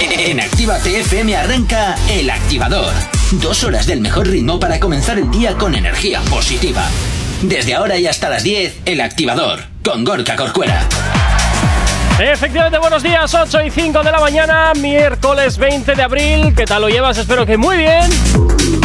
En Activa TFM arranca El Activador. Dos horas del mejor ritmo para comenzar el día con energía positiva. Desde ahora y hasta las 10, El Activador, con Gorka Corcuera. Efectivamente, buenos días, 8 y 5 de la mañana, miércoles 20 de abril. ¿Qué tal lo llevas? Espero que muy bien.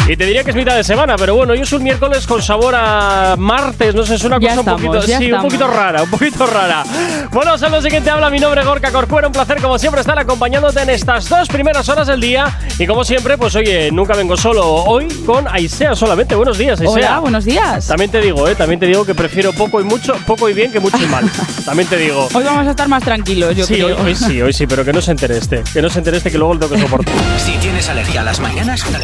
Y te diría que es mitad de semana, pero bueno, hoy es un miércoles con sabor a martes, no sé, es una Ya cosa estamos, un poquito, ya sí, un estamos. poquito rara, un poquito rara. Bueno, saludos de quien te habla, mi nombre es Gorka Corcuera, un placer como siempre estar acompañándote en estas dos primeras horas del día y como siempre, pues oye, nunca vengo solo, hoy con Aisea solamente. Buenos días, Aisea. Hola, buenos días. También te digo, eh, también te digo que prefiero poco y mucho, poco y bien que mucho y mal. También te digo. Hoy vamos a estar más tranquilos, yo Sí, pues. hoy, creo. hoy sí, hoy sí, pero que no se entere este. Que no se entere este que luego lo tengo que soportar. Si tienes alergia a las mañanas, dale.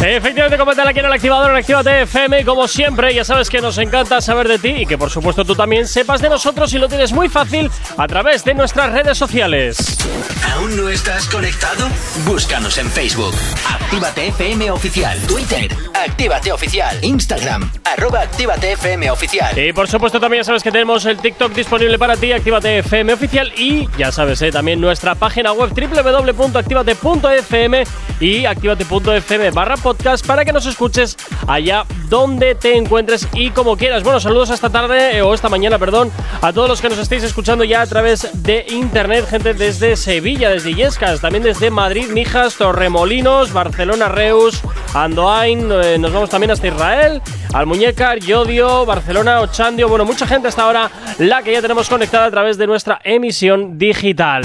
Efectivamente, coméntala aquí en el activador en Actívate FM. y Como siempre, ya sabes que nos encanta saber de ti y que por supuesto tú también sepas de nosotros y lo tienes muy fácil a través de nuestras redes sociales. ¿Aún no estás conectado? Búscanos en Facebook. Actívate FM Oficial. Twitter. Actívate Oficial. Instagram. Arroba Actívate FM Oficial. Y por supuesto también ya sabes que tenemos el TikTok disponible para ti, Actívate FM oficial y ya sabes, eh, también nuestra página web www.activate.fm y activate.fm barra podcast para que nos escuches allá donde te encuentres y como quieras. Bueno, saludos esta tarde eh, o esta mañana, perdón, a todos los que nos estéis escuchando ya a través de internet, gente desde Sevilla, desde Illescas, también desde Madrid, Mijas, Torremolinos, Barcelona, Reus, Andoain, eh, nos vamos también hasta Israel, Almuñécar, Yodio, Barcelona, Ochandio, bueno, mucha gente hasta ahora la que ya tenemos conectada a través de nuestra emisión digital.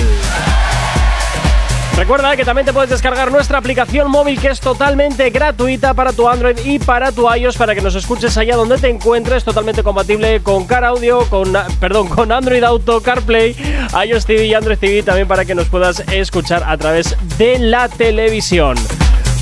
Recuerda que también te puedes descargar nuestra aplicación móvil que es totalmente gratuita para tu Android y para tu iOS para que nos escuches allá donde te encuentres, totalmente compatible con Car Audio, con ah, perdón, con Android Auto, CarPlay, iOS TV y Android TV también para que nos puedas escuchar a través de la televisión.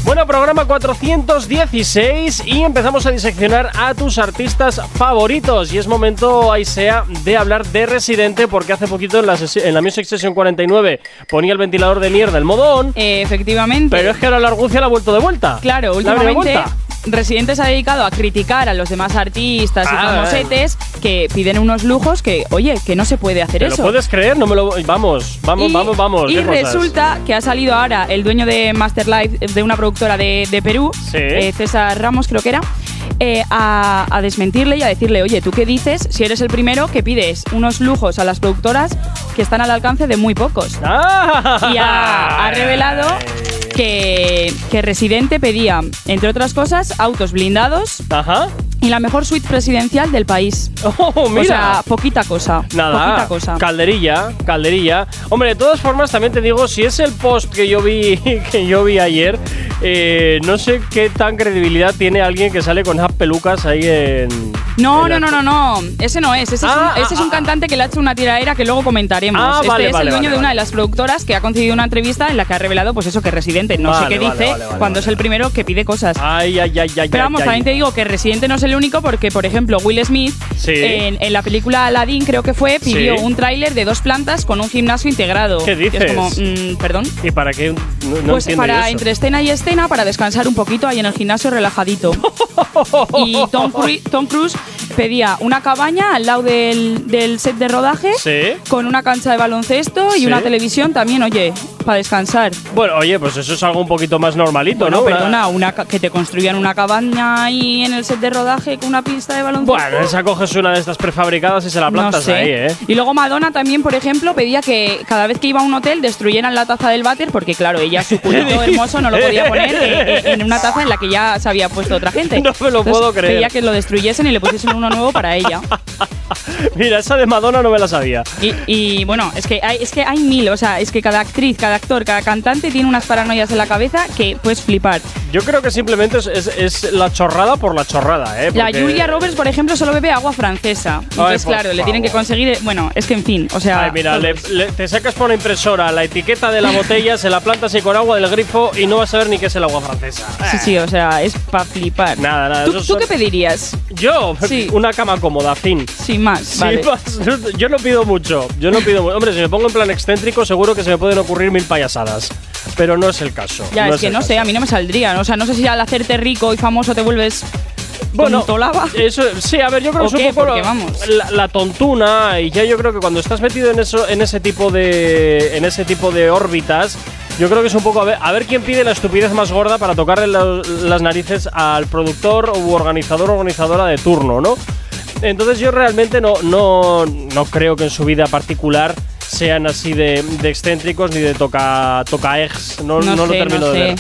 Bueno, programa 416 y empezamos a diseccionar a tus artistas favoritos. Y es momento, Aisea, de hablar de Residente, porque hace poquito en la, sesi- en la Music Session 49 ponía el ventilador de mierda, el modo on, Eh, efectivamente. pero es que ahora la argucia la ha vuelto de vuelta. Claro, La ha venido de últimamente vuelta. Residente se ha dedicado a criticar a los demás artistas y Ah, famosetes que piden unos lujos que, oye, que no se puede hacer ¿Te lo eso. puedes creer? No me lo. Vamos, vamos, Y- vamos, vamos. Y qué cosas. resulta que ha salido ahora el dueño de Master Life, eh, de una productora de, de Perú, Sí. eh, César Ramos creo que era, eh, a, a desmentirle y a decirle, oye, ¿tú qué dices si eres el primero que pides unos lujos a las productoras que están al alcance de muy pocos? ¡Ah! y ha, ha revelado que, que Residente pedía, entre otras cosas, autos blindados Ajá. y la mejor suite presidencial del país. Oh, mira. O sea, poquita cosa. Nada, Poquita cosa. calderilla, calderilla. Hombre, de todas formas también te digo, si es el post que yo vi que yo vi ayer, eh, no sé qué tan credibilidad tiene alguien que sale con esas pelucas ahí en No, en la- no, no, no, no. Ese no es. Ese, Ah, es, un, ese ah, es un ah. cantante que le ha hecho una tiraera que luego comentaremos. Ah, este vale, es vale, el dueño vale, de una vale. de las productoras que ha concedido una entrevista en la que ha revelado, pues eso, que Residente no Vale, sé qué vale, dice vale, vale, cuando vale. es el primero que pide cosas. Ay, ay, ay, ay. Pero ay, vamos, ay. también te digo que Residente no es el único porque, por ejemplo, Will Smith Sí. en, en la película Aladdin, creo que fue, pidió Sí. un tráiler de dos plantas con un gimnasio integrado. ¿Qué Y dices? Es como, mm, perdón. ¿Y para qué? No, no entiendo pues yo para eso. entre escena y escena, para descansar un poquito ahí en el gimnasio relajadito. y Tom, Cru- Tom Cruise pedía una cabaña al lado del, del set de rodaje Sí. con una cancha de baloncesto y Sí. una televisión también, oye, para descansar. Bueno, oye, pues eso es algo un poquito más normalito, Bueno, ¿no? Una- perdona, una ca- que te construyan una cabaña ahí en el set de rodaje con una pista de baloncesto. Bueno, esa coges una de estas prefabricadas y se la No plantas sé. ahí, ¿eh? Y luego Madonna también, por ejemplo, pedía que cada vez que iba a un hotel destruyeran la taza del váter porque, claro, ella su culito hermoso no lo podía poner eh, eh, en una taza en la que ya se había puesto otra gente. No me lo puedo creer. Pedía que lo destruyesen y le pusiesen uno nuevo para ella. Mira, esa de Madonna no me la sabía. Y, y, bueno, es que, hay, es que hay mil, o sea, es que cada actriz, cada actor, cada cantante tiene unas paranoias en la cabeza que puedes flipar. Yo creo que simplemente es, es- es la chorrada por la chorrada, ¿eh? La Porque- Julia Roberts, por ejemplo, solo bebe agua francesa. Entonces, por claro, le tienen que favor. conseguir. eh, Bueno, es que en fin, o sea. Ay, mira, todo le- es- le- te sacas por la impresora la etiqueta de la botella, se la plantas y con agua del grifo y no vas a ver ni qué es el agua francesa. Sí, sí, o sea, es para flipar. Nada, nada, ¿Tú, esos tú son- qué pedirías? Yo, Sí. una cama cómoda, fin. Sin más, Sí, pues, vale. más, yo no pido mucho, yo no pido mucho. Hombre, si me pongo en plan excéntrico seguro que se me pueden ocurrir mil payasadas, pero no es el caso. Ya, no es que el no caso. sé, a mí no me saldría. ¿no? O sea, no sé si al hacerte rico y famoso te vuelves Bueno, eh, ¿Tontolaba? eso, sí, a ver, yo creo ¿O que es qué? un poco Porque la- vamos. La, la tontuna y ya yo creo que cuando estás metido en eso, en ese tipo de, en ese tipo de órbitas, yo creo que es un poco a ver, a ver quién pide la estupidez más gorda para tocarle la- las narices al productor u organizador o organizadora de turno, ¿no? Entonces yo realmente no, no, no creo que en su vida particular sean así de, de excéntricos ni de toca, toca ex. No, No, no lo sé, termino de no sé. ver.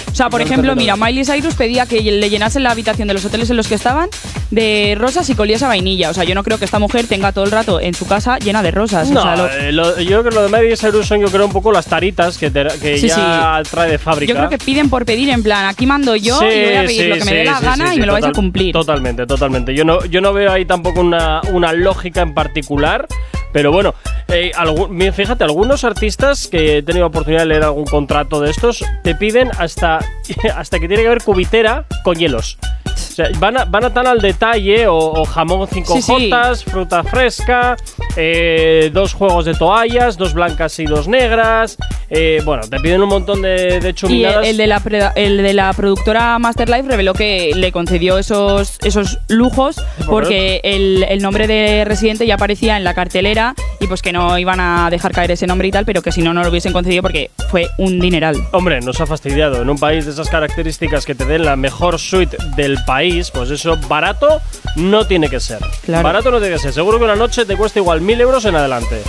O sea, por No lo ejemplo, termino mira, de ver. Miley Cyrus pedía que le llenasen la habitación de los hoteles en los que estaban de rosas y colías a vainilla. O sea, yo no creo que esta mujer tenga todo el rato en su casa llena de rosas. No, o sea, lo- eh, lo- yo creo que lo de Miley Cyrus son yo creo un poco las taritas que, te- que Sí, ya trae de fábrica. yo creo que piden por pedir, en plan, aquí mando yo Sí, y voy a pedir sí, lo que me sí, dé la sí, gana sí, y sí, me lo vais a total- cumplir. Totalmente, totalmente. Yo no, yo no veo ahí tampoco una, una lógica en particular, pero bueno, eh, algu- mi- fíjate, algunos artistas que he tenido oportunidad de leer algún contrato de estos, te piden hasta, hasta que tiene que ver cubitera con hielos. O sea, van, a, van a tan al detalle, o, o jamón 5 Sí, sí. jotas, fruta fresca, eh, dos juegos de toallas, dos blancas y dos negras. eh, bueno, te piden un montón de, de Y chuminadas. el, el de la pre- el de la productora Masterlife reveló que le concedió esos, esos lujos porque el, el nombre de Residente ya aparecía en la cartelera y pues que no iban a dejar caer ese nombre y tal, pero que si no, no lo hubiesen concedido porque fue un dineral. Hombre, nos ha fastidiado. En un país de esas características que te den la mejor suite del país, pues eso barato no tiene que ser. Claro. Barato no tiene que ser. Seguro que una noche te cuesta igual mil euros en adelante.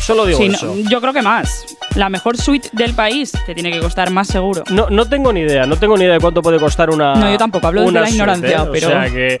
Solo digo Sí, no, eso. yo creo que más. La mejor suite del país te tiene que costar más seguro. No, no tengo ni idea, no tengo ni idea de cuánto puede costar una. No, yo tampoco, hablo desde una la ignorancia, suite, ¿eh? pero- O sea que.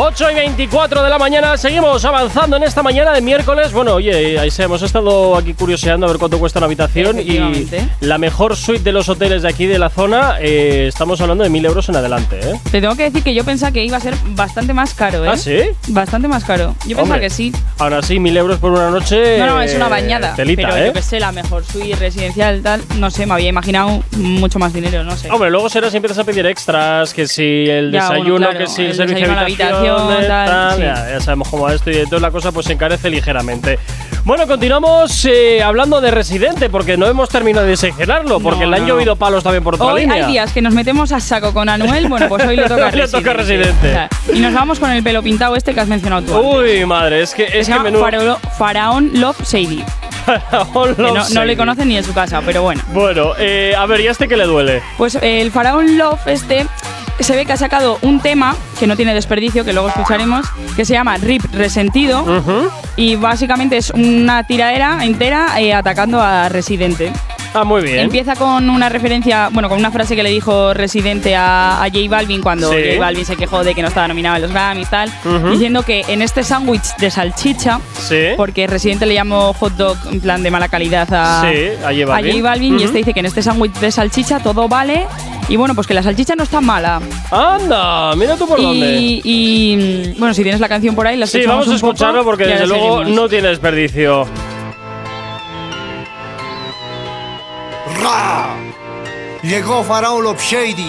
8 y 24 de la mañana, seguimos avanzando en esta mañana de miércoles. Bueno, oye, ahí se hemos estado aquí curioseando a ver cuánto cuesta una habitación y Efectivamente. la mejor suite de los hoteles de aquí de la zona, eh, estamos hablando de mil euros en adelante, ¿eh? Te tengo que decir que yo pensaba que iba a ser bastante más caro, ¿eh? ¿Ah, sí? Bastante más caro. Yo pensaba Hombre, que sí. Aún así, mil euros por una noche. No, no, es una eh, bañada. telita, pero ¿eh? yo que sé, la mejor suite residencial, tal, no sé, me había imaginado mucho más dinero, no sé. Hombre, luego será si empiezas a pedir extras, que si el Ya, desayuno, bueno, claro, que si el, el servicio de desayuno, la habitación, eh, tal, sí. ya, ya sabemos cómo va esto y entonces la cosa pues se encarece ligeramente. Bueno, continuamos eh, hablando de Residente, porque no hemos terminado de seccionarlo, porque No, le han no. llovido palos también por toda Hoy línea. hay días que nos metemos a saco con Anuel, bueno, pues hoy le toca Hoy le toca Residente. O sea, y nos vamos con el pelo pintado este que has mencionado tú. antes. Uy, madre, es que Que es se que llama menudo. Farolo- Faraón Love Shady. Faraón Que no, Love no Shady. le conocen ni en su casa, pero bueno. Bueno, eh, a ver, ¿y a este que le duele? Pues el Faraón Love este se ve que ha sacado un tema que no tiene desperdicio, que luego escucharemos, que se llama Rip Resentido Mm. y básicamente es una tiradera entera eh, atacando a Residente. Ah, muy bien. Empieza con una referencia, bueno, con una frase que le dijo Residente a, a J Balvin cuando Sí. J Balvin se quejó de que no estaba nominado a los Grammys y tal, Ujú. ¿Eh? diciendo que en este sándwich de salchicha, Sí. porque Residente le llamó hot dog en plan de mala calidad a, Sí, a J Balvin. y Ujú. este dice que en este sándwich de salchicha todo vale y bueno, pues que la salchicha no está mala. Anda, mira tú por dónde. Y, y, mm, bueno, si tienes la canción por ahí, la Sí, escuchamos vamos a un poco escucharlo porque y ahora desde luego seguimos. no tiene desperdicio. ¡Ra! Llegó Faraón Love Shady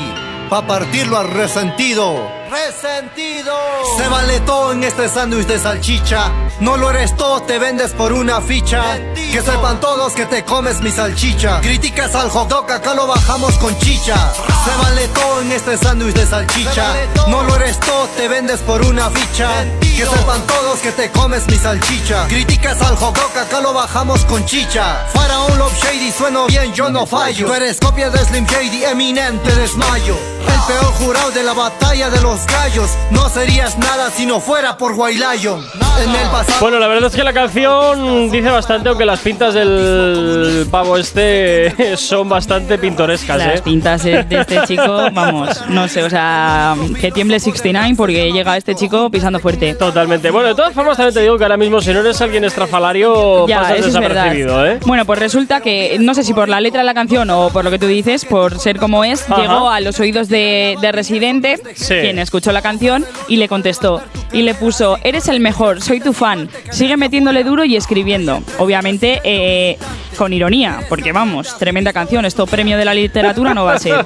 para partirlo al resentido. ¡Resentido! Se vale todo en este sándwich de salchicha. No lo eres todo, te vendes por una ficha. Que sepan todos que te comes mi salchicha. Criticas al hot dog, acá lo bajamos con chicha. Se vale todo en este sándwich de salchicha. No lo eres todo, te vendes por una ficha. Que sepan todos que te comes mi salchicha. Criticas al hot dog, acá lo bajamos con chicha. Faraón Love Shady, sueno bien, yo no fallo. Tú eres copia de Slim Shady, eminente desmayo. El peor jurado de la batalla de los gallos. No serías nada si no fuera por Guaylayo. En el pasado. Bueno, la verdad es que la canción dice bastante, aunque las pintas del pavo este son bastante pintorescas, Las ¿eh? pintas de, de este chico, vamos, no sé, o sea, que tiemble 69 porque llega este chico pisando fuerte. Totalmente. Bueno, de todas formas también te digo que ahora mismo si no eres alguien estrafalario Ya, pasas eso es verdad. desapercibido, ¿eh? Bueno, pues resulta que, no sé si por la letra de la canción o por lo que tú dices, por ser como es, Ajá. llegó a los oídos de, de Residente, Sí. quien escuchó la canción, y le contestó. Y le puso, eres el mejor, soy tu fan, Juan sigue metiéndole duro y escribiendo. Obviamente eh, con ironía, porque vamos, tremenda canción. Esto premio de la literatura no va a ser.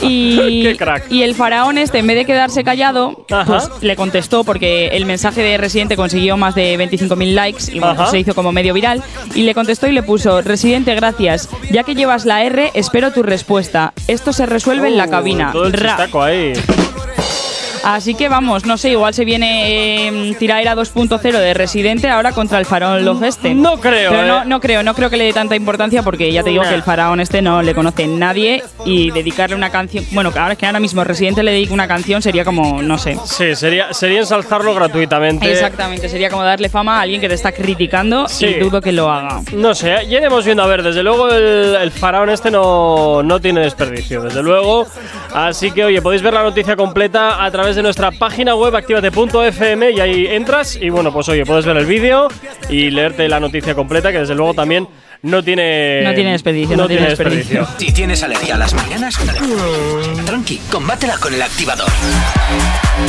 Y, Qué crack. y el faraón este, en vez de quedarse callado, Ajá. pues le contestó porque el mensaje de Residente consiguió más de 25.000 likes y bueno, Ajá. se hizo como medio viral. Y le contestó y le puso, Residente, gracias. Ya que llevas la R, espero tu respuesta. Esto se resuelve Oh, en la cabina. Uh, Todo el Ra. chistaco ahí. Así que vamos, no sé, igual se viene eh, tiraera 2.0 de Residente ahora contra el faraón Love este. No creo, Pero eh. no, no creo, no creo que le dé tanta importancia porque ya te digo Nah. que el faraón este no le conoce nadie y dedicarle una canción. Bueno, ahora es que ahora mismo Residente le dedica una canción sería como, no sé. Sí, sería, sería ensalzarlo gratuitamente. Exactamente, sería como darle fama a alguien que te está criticando Sí. y dudo que lo haga. No sé, ya iremos viendo. A ver, desde luego el, el faraón este no, no tiene desperdicio, desde luego. Así que, oye, podéis ver la noticia completa a través de nuestra página web, activate.fm, y ahí entras. Y bueno, pues oye, puedes ver el vídeo y leerte la noticia completa, que desde luego también no tiene. No tiene desperdicio, no tiene desperdicio. Si tienes alergia a las mañanas, tranqui, combátela con el activador.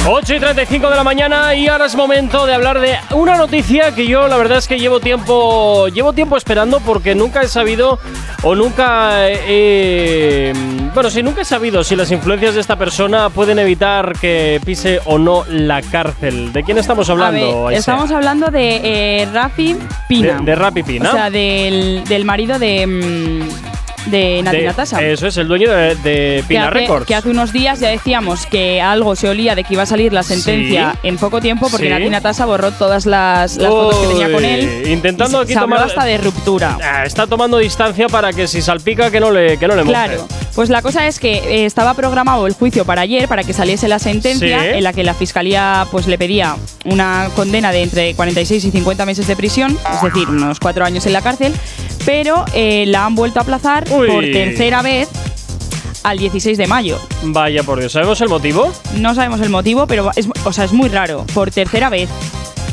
8 y 35 de la mañana y ahora es momento de hablar de una noticia que yo la verdad es que llevo tiempo llevo tiempo esperando porque nunca he sabido o nunca he- he- bueno sí nunca he sabido si las influencias de esta persona pueden evitar que pise o no la cárcel. ¿De quién estamos hablando? A ver, Aisea? estamos hablando de eh, Rafi Pina. de, de Rappi Pina. O sea, del, del marido de, mm, de Nati De- Natasha. Eso es el dueño de, de que Pina hace, Records. que hace unos días ya decíamos que algo se olía de que iba a salir la sentencia Sí. en poco tiempo porque Sí. Nati Natasha borró todas las, las fotos que tenía con él. Uy, intentando Y se- aquí se habló tomar- hasta de ruptura. Ah, está tomando distancia para que si salpica que no le que no le moje. Claro. Pues la cosa es que eh, estaba programado el juicio para ayer, para que saliese la sentencia Sí. en la que la fiscalía pues le pedía una condena de entre 46 y 50 meses de prisión, es decir, unos cuatro años en la cárcel, pero eh, la han vuelto a aplazar Uy. por tercera vez al 16 de mayo. Vaya por Dios, ¿sabemos el motivo? No sabemos el motivo, pero es, o sea, es muy raro. Por tercera vez.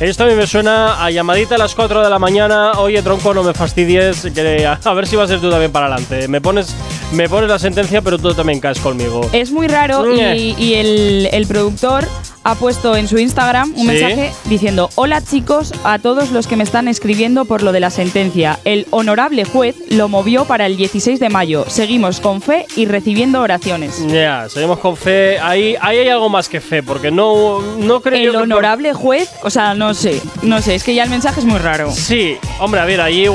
Esto a mí me suena a llamadita a las 4 de la mañana. Oye, tronco, no me fastidies. Que a, a ver si vas a ser tú también para adelante. Me pones, me pones la sentencia, pero tú también caes conmigo. Es muy raro y, y el, el productor ha puesto en su Instagram un Sí. mensaje diciendo Hola chicos a todos los que me están escribiendo por lo de la sentencia. El honorable juez lo movió para el 16 de mayo. Seguimos con fe y recibiendo oraciones. Ya, seguimos con fe. Ahí, ahí hay algo más que fe, porque no, no creo yo El que por- honorable juez, o sea, no sé, no sé, es que ya el mensaje es muy raro. Sí, hombre, a ver, ahí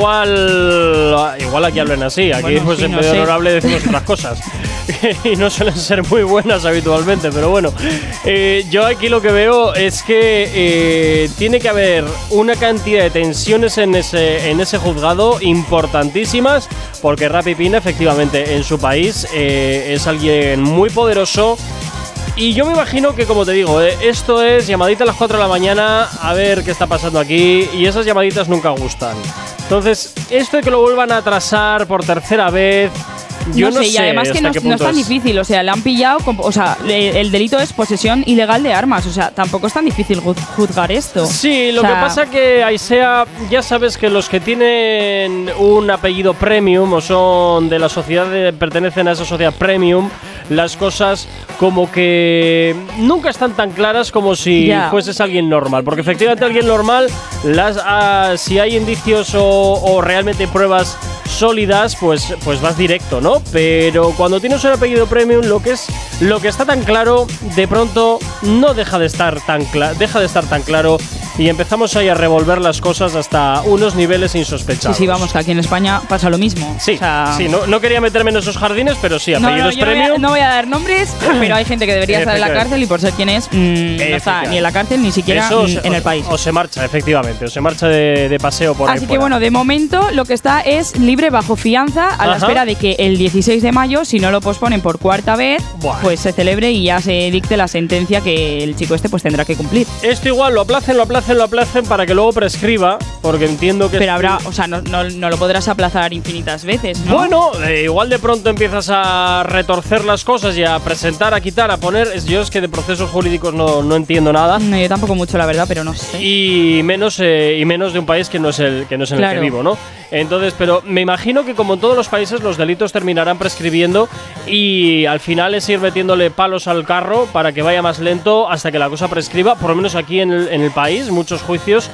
igual. Igual aquí hablan así. Aquí, Bueno, pues sí, en no medio sé. honorable decimos otras cosas. y no suelen ser muy buenas habitualmente, pero bueno. Eh, yo aquí lo que veo es que eh, tiene que haber una cantidad de tensiones en ese, en ese juzgado importantísimas, porque Rappi Pina, efectivamente, en su país eh, es alguien muy poderoso. Y yo me imagino que, como te digo, eh, esto es llamadita a las 4 de la mañana, a ver qué está pasando aquí, y esas llamaditas nunca gustan. Entonces, esto de que lo vuelvan a atrasar por tercera vez, yo no, sé, y además que hasta no, qué no es punto tan es. difícil, o sea, le han pillado, con- o sea, le- el delito es posesión ilegal de armas, o sea, tampoco es tan difícil juz- juzgar esto. Sí, lo O sea, que pasa que Aisea, ya sabes que los que tienen un apellido premium o son de la sociedad, de- pertenecen a esa sociedad premium, las cosas como que nunca están tan claras como si Ya. fueses alguien normal. Porque efectivamente alguien normal, las, ah, si hay indicios o, o realmente pruebas sólidas, pues, pues vas directo, ¿no? Pero cuando tienes un apellido premium, lo que es lo que está tan claro, de pronto no deja de estar tan cla- deja de estar tan claro y empezamos ahí a revolver las cosas hasta unos niveles Sí, insospechados. sí, vamos, que aquí en España pasa lo mismo. Sí, o sea, sí, no, no quería meterme en esos jardines, pero sí, no, no, apellidos yo no voy, a, premium. no voy a dar nombres, pero hay gente que debería estar en la Efectivamente. cárcel y por ser quien es, mm, no está Efectivamente. ni en la cárcel ni siquiera Eso mm, se- en el país. O se marcha, efectivamente, o se marcha de, de paseo por ahí Así que fuera. bueno, de momento lo que está es libre bajo fianza a Ajá. la espera de que el 16 de mayo, si no lo posponen por cuarta vez, Buah. pues se celebre y ya se dicte la sentencia que el chico este pues tendrá que cumplir. Esto igual lo aplacen, lo aplacen, lo aplacen para que luego prescriba, porque entiendo que. Pero habrá, o sea, no, no- no lo podrás aplazar infinitas veces, ¿no? Bueno, eh, igual de pronto empiezas a retorcer las cosas y a presentar, a quitar, a poner. Es- Yo es que de procesos jurídicos no, no entiendo nada. No, yo tampoco mucho, la verdad, pero no sé. Y menos, eh, y menos de un país que no es el que no es en el que Claro. vivo, ¿no? Entonces, pero me imagino que como en todos los países los delitos terminarán prescribiendo y al final es ir metiéndole palos al carro para que vaya más lento hasta que la cosa prescriba, por lo menos aquí en el, en el país, muchos juicios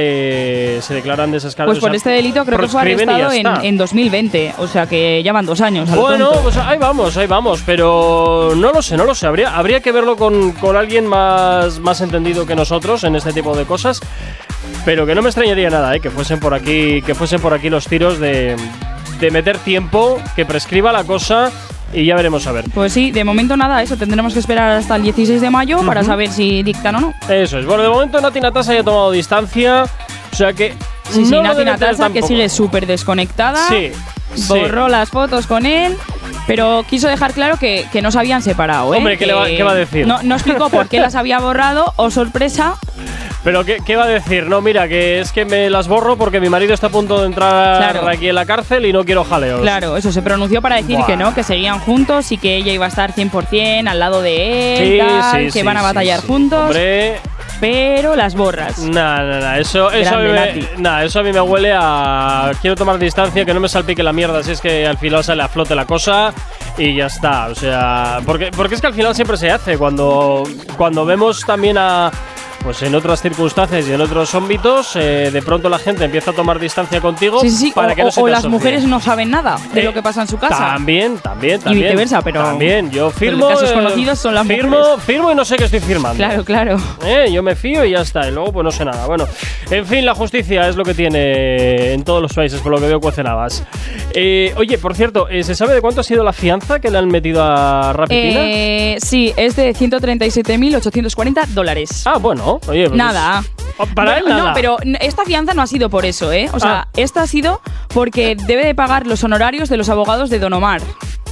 se, se declaran desescalados. Pues por este delito creo que fue arrestado en, en 2020, o sea que ya van dos años. a lo Bueno, tonto. pues ahí vamos, ahí vamos, pero no lo sé, no lo sé. Habría, habría que verlo con, con alguien más, más entendido que nosotros en este tipo de cosas. Pero que no me extrañaría nada, ¿eh? que fuesen por aquí, que fuesen por aquí los tiros de, de meter tiempo, que prescriba la cosa y ya veremos a ver. Pues sí, de momento nada, eso tendremos que esperar hasta el 16 de mayo para saber si dictan o no. Eso es. Bueno, de momento Nati Natasa ya ha tomado distancia. O sea que. Sí, sí, no lo Nati debe hacer Natasa, que tampoco. sigue súper desconectada. Sí. sí. Borró las fotos con él, pero quiso dejar claro que, que no se habían separado. ¿eh? Hombre, ¿qué le va- qué va a decir? Pues- No, no explicó por qué las había borrado, o oh, sorpresa, Pero ¿qué, qué va a decir? No, mira, que es que me las borro porque mi marido está a punto de entrar Claro. aquí en la cárcel y no quiero jaleos. claro, eso se pronunció para decir que no, que seguían juntos y que ella iba a estar 100% al lado de él, Sí, tal, sí, que sí, van a sí, batallar sí. juntos, Hombre, pero las borras. nada, nada, eso, eso, a mí Grande, me, Nati. nah, eso a mí me huele a. Quiero tomar distancia, que no me salpique la mierda, si es que al final sale a flote la cosa y ya está. O sea, porque, porque es que al final siempre se hace. Cuando, cuando vemos también a. Pues en otras circunstancias y en otros ámbitos, eh, de pronto la gente empieza a tomar distancia contigo Sí, sí, sí, para o, que no o- se o te las asocie. mujeres no saben nada de Eh, lo que pasa en su casa. También, también, también. viceversa, pero- También, yo pero firmo. los casos eh, conocidos son las firmo, mujeres. Firmo y no sé qué estoy firmando. Claro, claro. Eh, yo me fío y ya está. Y luego, pues no sé nada. Bueno, en fin, la justicia es lo que tiene en todos los países, por lo que veo cuece Navas. Eh, oye, por cierto, eh, ¿se sabe de cuánto ha sido la fianza que le han metido a Rapitina? Eh, sí, es de 137.840 dólares. ah, bueno, oye. pues- Nada. Oh, Para Bueno, él, nada. No, pero n- esta fianza no ha sido por eso, ¿eh? O sea, Ah. esta ha sido porque debe de pagar los honorarios de los abogados de Don Omar.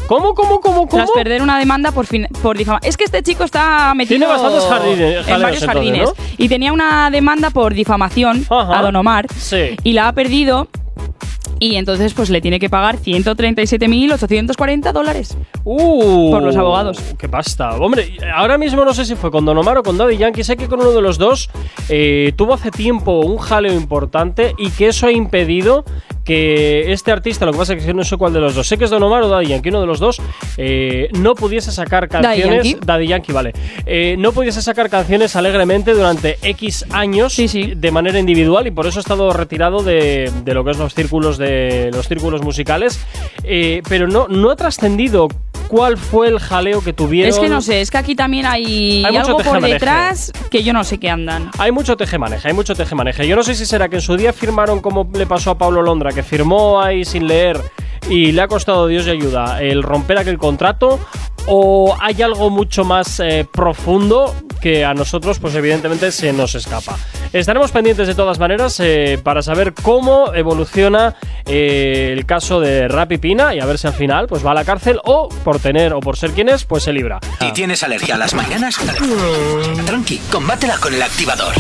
¿Cómo, cómo, cómo, cómo? Tras perder una demanda por, fin- por difama- Es que este chico está metido Tiene bastantes jardines- en jaleos, varios entonces, jardines. ¿no? Y tenía una demanda por difamación Ajá. a Don Omar. Sí. Y la ha perdido. Y entonces pues le tiene que pagar 137.840 dólares. Uh, Por los abogados. Qué pasta. Hombre, ahora mismo no sé si fue con Don Omar o con Daddy Yankee. Sé que con uno de los dos eh, tuvo hace tiempo un jaleo importante y que eso ha impedido que este artista, lo que pasa es que yo no sé cuál de los dos, sé que es Don Omar o Daddy Yankee, uno de los dos, eh, no pudiese sacar canciones. Yankee. Daddy Yankee, vale. Eh, no pudiese sacar canciones alegremente durante X años Sí, sí. de manera individual y por eso ha estado retirado de, de lo que es los círculos de los círculos musicales. Eh, pero no, no ha trascendido cuál fue el jaleo que tuvieron. Es que no sé, es que aquí también hay, Hay mucho algo por tejemaneje. detrás que yo no sé qué andan. Hay mucho tejemaneje, hay mucho tejemaneje. Yo no sé si será que en su día firmaron como le pasó a Pablo Londra, que firmó ahí sin leer y le ha costado Dios y ayuda el romper aquel contrato, o hay algo mucho más eh, profundo que a nosotros, pues evidentemente se nos escapa. Estaremos pendientes de todas maneras eh, para saber cómo evoluciona eh, el caso de Rapi Pina y a ver si al final pues va a la cárcel o por tener o por ser quien es, pues se libra. Si tienes alergia a las mañanas, tranqui, combátela con el activador.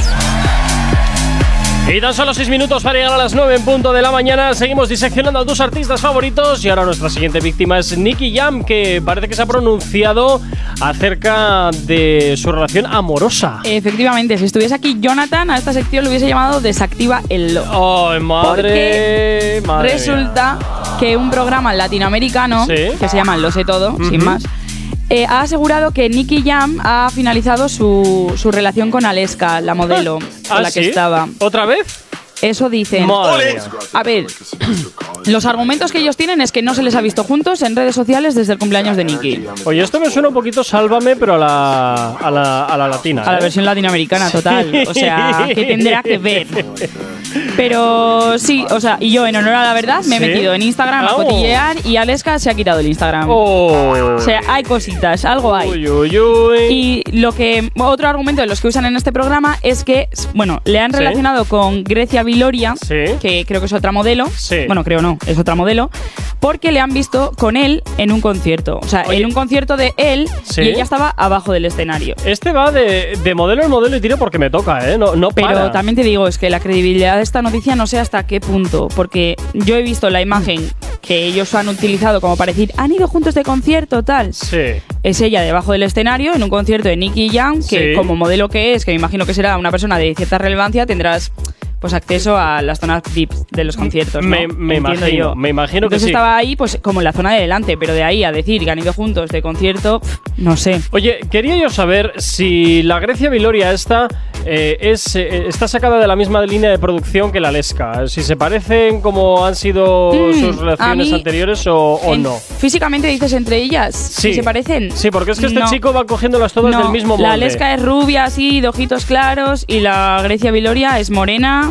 Y tan solo 6 minutos para llegar a las 9 en punto de la mañana. Seguimos diseccionando a tus artistas favoritos. Y ahora nuestra siguiente víctima es Nicky Jam, que parece que se ha pronunciado acerca de su relación amorosa. Eh, Efectivamente, si estuviese aquí Jonathan, a esta sección le hubiese llamado Desactiva el Lo. ¡Ay, madre! Porque madre mía. Resulta que un programa latinoamericano, Sí. que se llama Lo sé todo, sin más, eh, ha asegurado que Nicky Jam ha finalizado su, su relación con Aleska, la modelo ¿Ah, con la que sí? estaba. ¿Otra vez? Eso dicen. Madre mía. A ver, los argumentos que ellos tienen es que no se les ha visto juntos en redes sociales desde el cumpleaños de Nicky. Oye, esto me suena un poquito sálvame, pero a la, a la, a la latina. A la ¿eh? versión latinoamericana, total. O sea, que tendrá que ver. Pero sí, o sea, y yo en honor a la verdad me he ¿Sí? metido en Instagram a Au. cotillear y Aleska se ha quitado el Instagram. Oh. O sea, hay cositas, algo hay. Uy, uy, uy. Y lo que otro argumento de los que usan en este programa es que, bueno, le han Sí. relacionado con Grecia Viloria, Sí. que creo que es otra modelo. Sí. Bueno, creo no, es otra modelo. Porque le han visto con él en un concierto. O sea, Oye. en un concierto de él Sí. y ella estaba abajo del escenario. Este va de, de modelo en modelo y tiro porque me toca, ¿eh? No, no Pero para. también te digo, es que la credibilidad de esta noticia no sé hasta qué punto, porque yo he visto la imagen que ellos han utilizado como para decir, han ido juntos de concierto, tal. Sí. Es ella debajo del escenario en un concierto de Nicky Young, que Sí. como modelo que es, que me imagino que será una persona de cierta relevancia, tendrás pues acceso a las zonas VIP de los conciertos. ¿no? Me- me Entiendo imagino, yo. me imagino que Entonces sí. estaba ahí pues como en la zona de delante, pero de ahí a decir que han ido juntos de concierto, pf, no sé. Oye, quería yo saber si la Grecia Viloria esta eh, es, eh, está sacada de la misma línea de producción que la Lesca. Si se parecen como han sido Mm, sus relaciones mí- anteriores o, o En- no. Físicamente dices entre ellas. Sí. ¿Se parecen? Sí, porque es que este No. chico va cogiéndolas todas No, del mismo molde. La Lesca es rubia, así, de ojitos claros, y la Grecia Viloria es morena.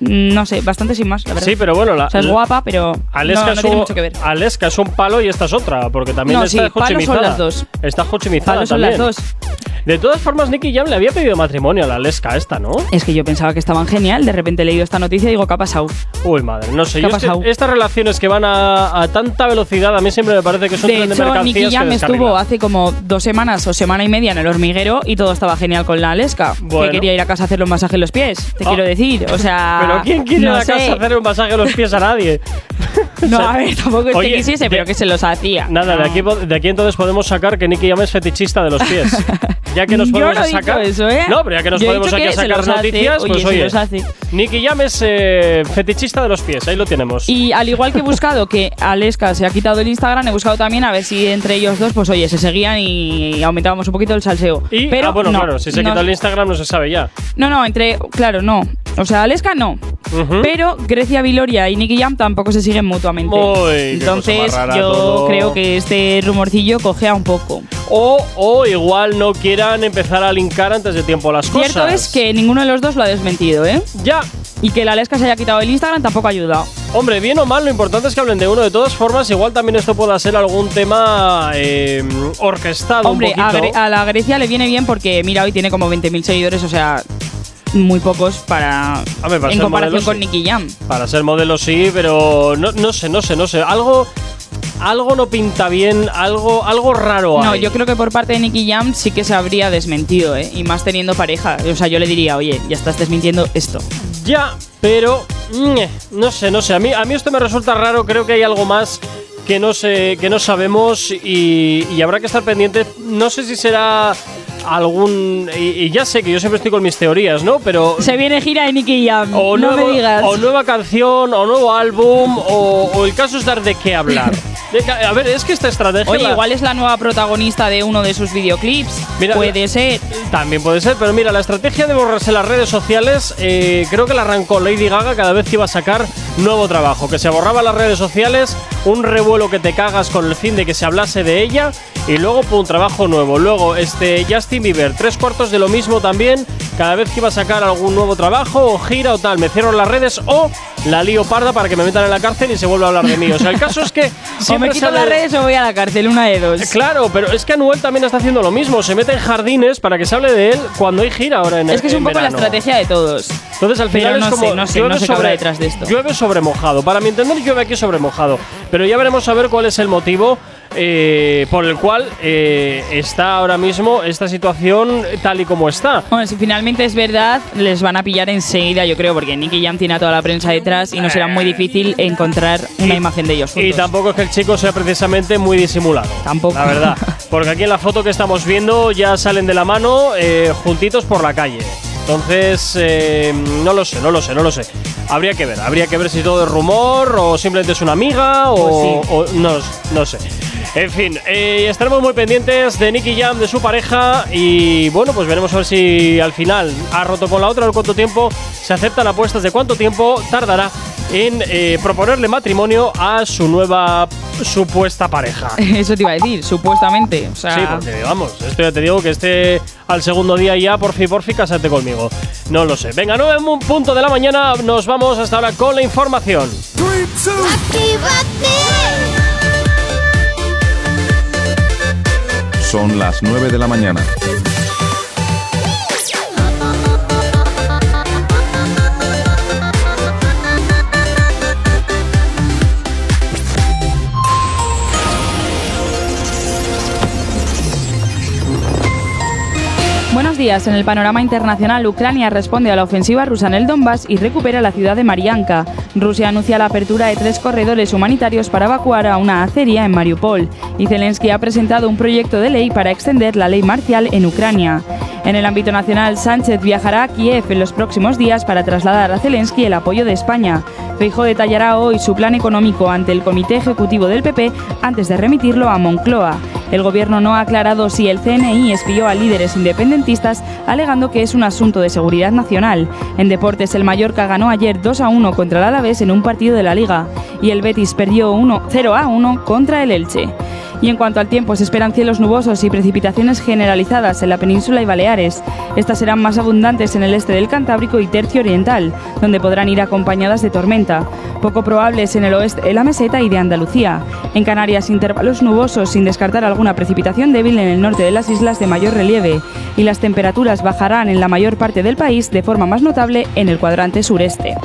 mm, No sé, bastante sin más, la verdad. Sí, pero bueno, la, o sea, es guapa, pero Aleska, Ah, no, es no tiene un, mucho que ver. Aleska es un palo y esta es otra, porque también No, está sí, palos son jochimizada. las dos. Está jochimizada Palos son ah, también. las dos. De todas formas, Nicky Jam le había pedido matrimonio a la Aleska esta, ¿no? Es que yo pensaba que estaban genial, de repente he leído esta noticia y digo, ¿qué ha pasado? Uy, madre, no sé. ¿Qué yo ha este- pasado? estas relaciones que van a, a tanta velocidad, a mí siempre me parece que es un De tren de hecho, mercancías Nicky que Jam descarrila. estuvo hace como dos semanas o semana y media en el hormiguero y todo estaba genial con la Aleska, Bueno. que quería ir a casa a hacerle un masaje en los pies, te Ah. quiero decir. O sea, Pero ¿quién quiere ir no a la sé. casa a hacer un masaje a los pies a nadie? No, O sea, a ver, tampoco es oye, que quisiese, pero de- que se los hacía. Ah. Nada, No. de, aquí, po- de aquí entonces podemos sacar que Nicky Jam es fetichista de los pies. Ya que nos Yo podemos no he dicho sacar. eso, ¿eh? No, pero ya que nos Yo he podemos dicho aquí que a se sacar los hace, noticias, oye, pues se oye. los hace. Nicky Jam es eh, fetichista de los pies, ahí lo tenemos. Y al igual que he buscado que Aleska se ha quitado el Instagram, he buscado también a ver si entre ellos dos, pues oye, se seguían y aumentábamos un poquito el salseo. Y- pero ah, bueno, no, claro, si se no- quita el Instagram no se sabe ya. No, no, entre. Claro, no. O sea, Aleska no. Ujú. Pero Grecia Viloria y Nicky Jam tampoco se siguen mutuamente. ¿Mm? Uy, qué Entonces, cosa más rara yo todo. creo que este rumorcillo cojea un poco. O, o igual no quieran empezar a linkar antes de tiempo las cosas. Cierto es que ninguno de los dos lo ha desmentido, ¿eh? Ya, Y que la Aleska se haya quitado el Instagram tampoco ha ayudado. hombre, bien o mal, lo importante es que hablen de uno. De todas formas, igual también esto pueda ser algún tema eh, orquestado Hombre, un a, poquito. Gre- a la Grecia le viene bien porque, mira, hoy tiene como 20.000 seguidores, o sea, muy pocos para. Hombre, para en ser comparación modelo, con sí. Nicky Jam. Para ser modelo sí, pero no, no sé, no sé, no sé. Algo, algo no pinta bien, algo, algo raro No, hay. yo creo que por parte de Nicky Jam sí que se habría desmentido, ¿eh? Y más teniendo pareja. O sea, yo le diría, oye, ya estás desmintiendo esto. Ya, pero ñe, no sé, no sé. A mí, a mí esto me resulta raro. Creo que hay algo más que no sé, que no sabemos y, y habrá que estar pendientes. No sé si será algún y, y ya sé que yo siempre estoy con mis teorías, ¿no? Pero Se viene gira de Nicky Jam. o no nuevo- me digas. o nueva canción o nuevo álbum o, o el caso es dar de qué hablar. De ca- a ver, es que esta estrategia Oye, la- igual es la nueva protagonista de uno de sus videoclips. Mira, Puede ser. También puede ser, pero mira, la estrategia de borrarse las redes sociales eh, creo que la arrancó Lady Gaga cada vez que iba a sacar nuevo trabajo, que se borraba las redes sociales, un revuelo que te cagas con el fin de que se hablase de ella y luego un trabajo nuevo. Luego, este Justin Bieber, tres cuartos de lo mismo también, cada vez que iba a sacar algún nuevo trabajo o gira o tal, me cierro las redes o la lío parda para que me metan en la cárcel y se vuelva a hablar de mí. O sea, el caso es que O me siempre quito sale- las redes o voy a la cárcel, una de dos. Eh, Claro, pero es que Anuel también está haciendo lo mismo. Se mete en jardines para que se hable de él cuando hay gira ahora en Es que es en un poco la verano. estrategia de todos. Entonces al Pero final es no como sé, no sé, llueve no sé qué habrá sobre- detrás de esto. Llueve sobre mojado. Para mi entender llueve aquí sobre mojado. Pero ya veremos a ver cuál es el motivo eh, por el cual eh, está ahora mismo esta situación tal y como está. Bueno, si finalmente es verdad, les van a pillar enseguida, yo creo, porque Nicky Jam tiene a toda la prensa detrás y no será muy difícil encontrar una imagen de ellos. Y juntos. tampoco es que el chico sea precisamente muy disimulado. Tampoco. La verdad. Porque aquí en la foto que estamos viendo ya salen de la mano eh, juntitos por la calle. Entonces, eh, no lo sé, no lo sé, no lo sé. Habría que ver, habría que ver si todo es rumor o simplemente es una amiga o, o- no, lo sé, no sé. En fin, eh, estaremos muy pendientes de Nicky Jam, de su pareja y bueno, pues veremos a ver si al final ha roto con la otra, o cuánto tiempo se aceptan apuestas, de cuánto tiempo tardará en eh, proponerle matrimonio a su nueva supuesta pareja. Eso te iba a decir, supuestamente. O sea, Sí, porque vamos, esto ya te digo que esté al segundo día ya, por fin, por fin, casate conmigo. No lo sé. Venga, 9 en punto de la mañana, nos vamos hasta ahora con la información. Son las 9 de la mañana. Buenos días. En el panorama internacional, Ucrania responde a la ofensiva rusa en el Donbass y recupera la ciudad de Marianka. Rusia anuncia la apertura de tres corredores humanitarios para evacuar a una acería en Mariupol. Y Zelensky ha presentado un proyecto de ley para extender la ley marcial en Ucrania. En el ámbito nacional, Sánchez viajará a Kiev en los próximos días para trasladar a Zelensky el apoyo de España. Feijóo detallará hoy su plan económico ante el Comité Ejecutivo del PP antes de remitirlo a Moncloa. El gobierno no ha aclarado si el CNI espió a líderes independentistas, alegando que es un asunto de seguridad nacional. En deportes, el Mallorca ganó ayer 2 a 1 contra el Alavés en un partido de la Liga y el Betis perdió 1 0 a 1 contra el Elche. Y en cuanto al tiempo, se esperan cielos nubosos y precipitaciones generalizadas en la península y Baleares. Estas serán más abundantes en el este del Cantábrico y tercio oriental, donde podrán ir acompañadas de tormenta. Poco probables en el oeste de la meseta y de Andalucía. En Canarias, intervalos nubosos sin descartar alguna precipitación débil en el norte de las islas de mayor relieve. Y las temperaturas bajarán en la mayor parte del país de forma más notable en el cuadrante sureste.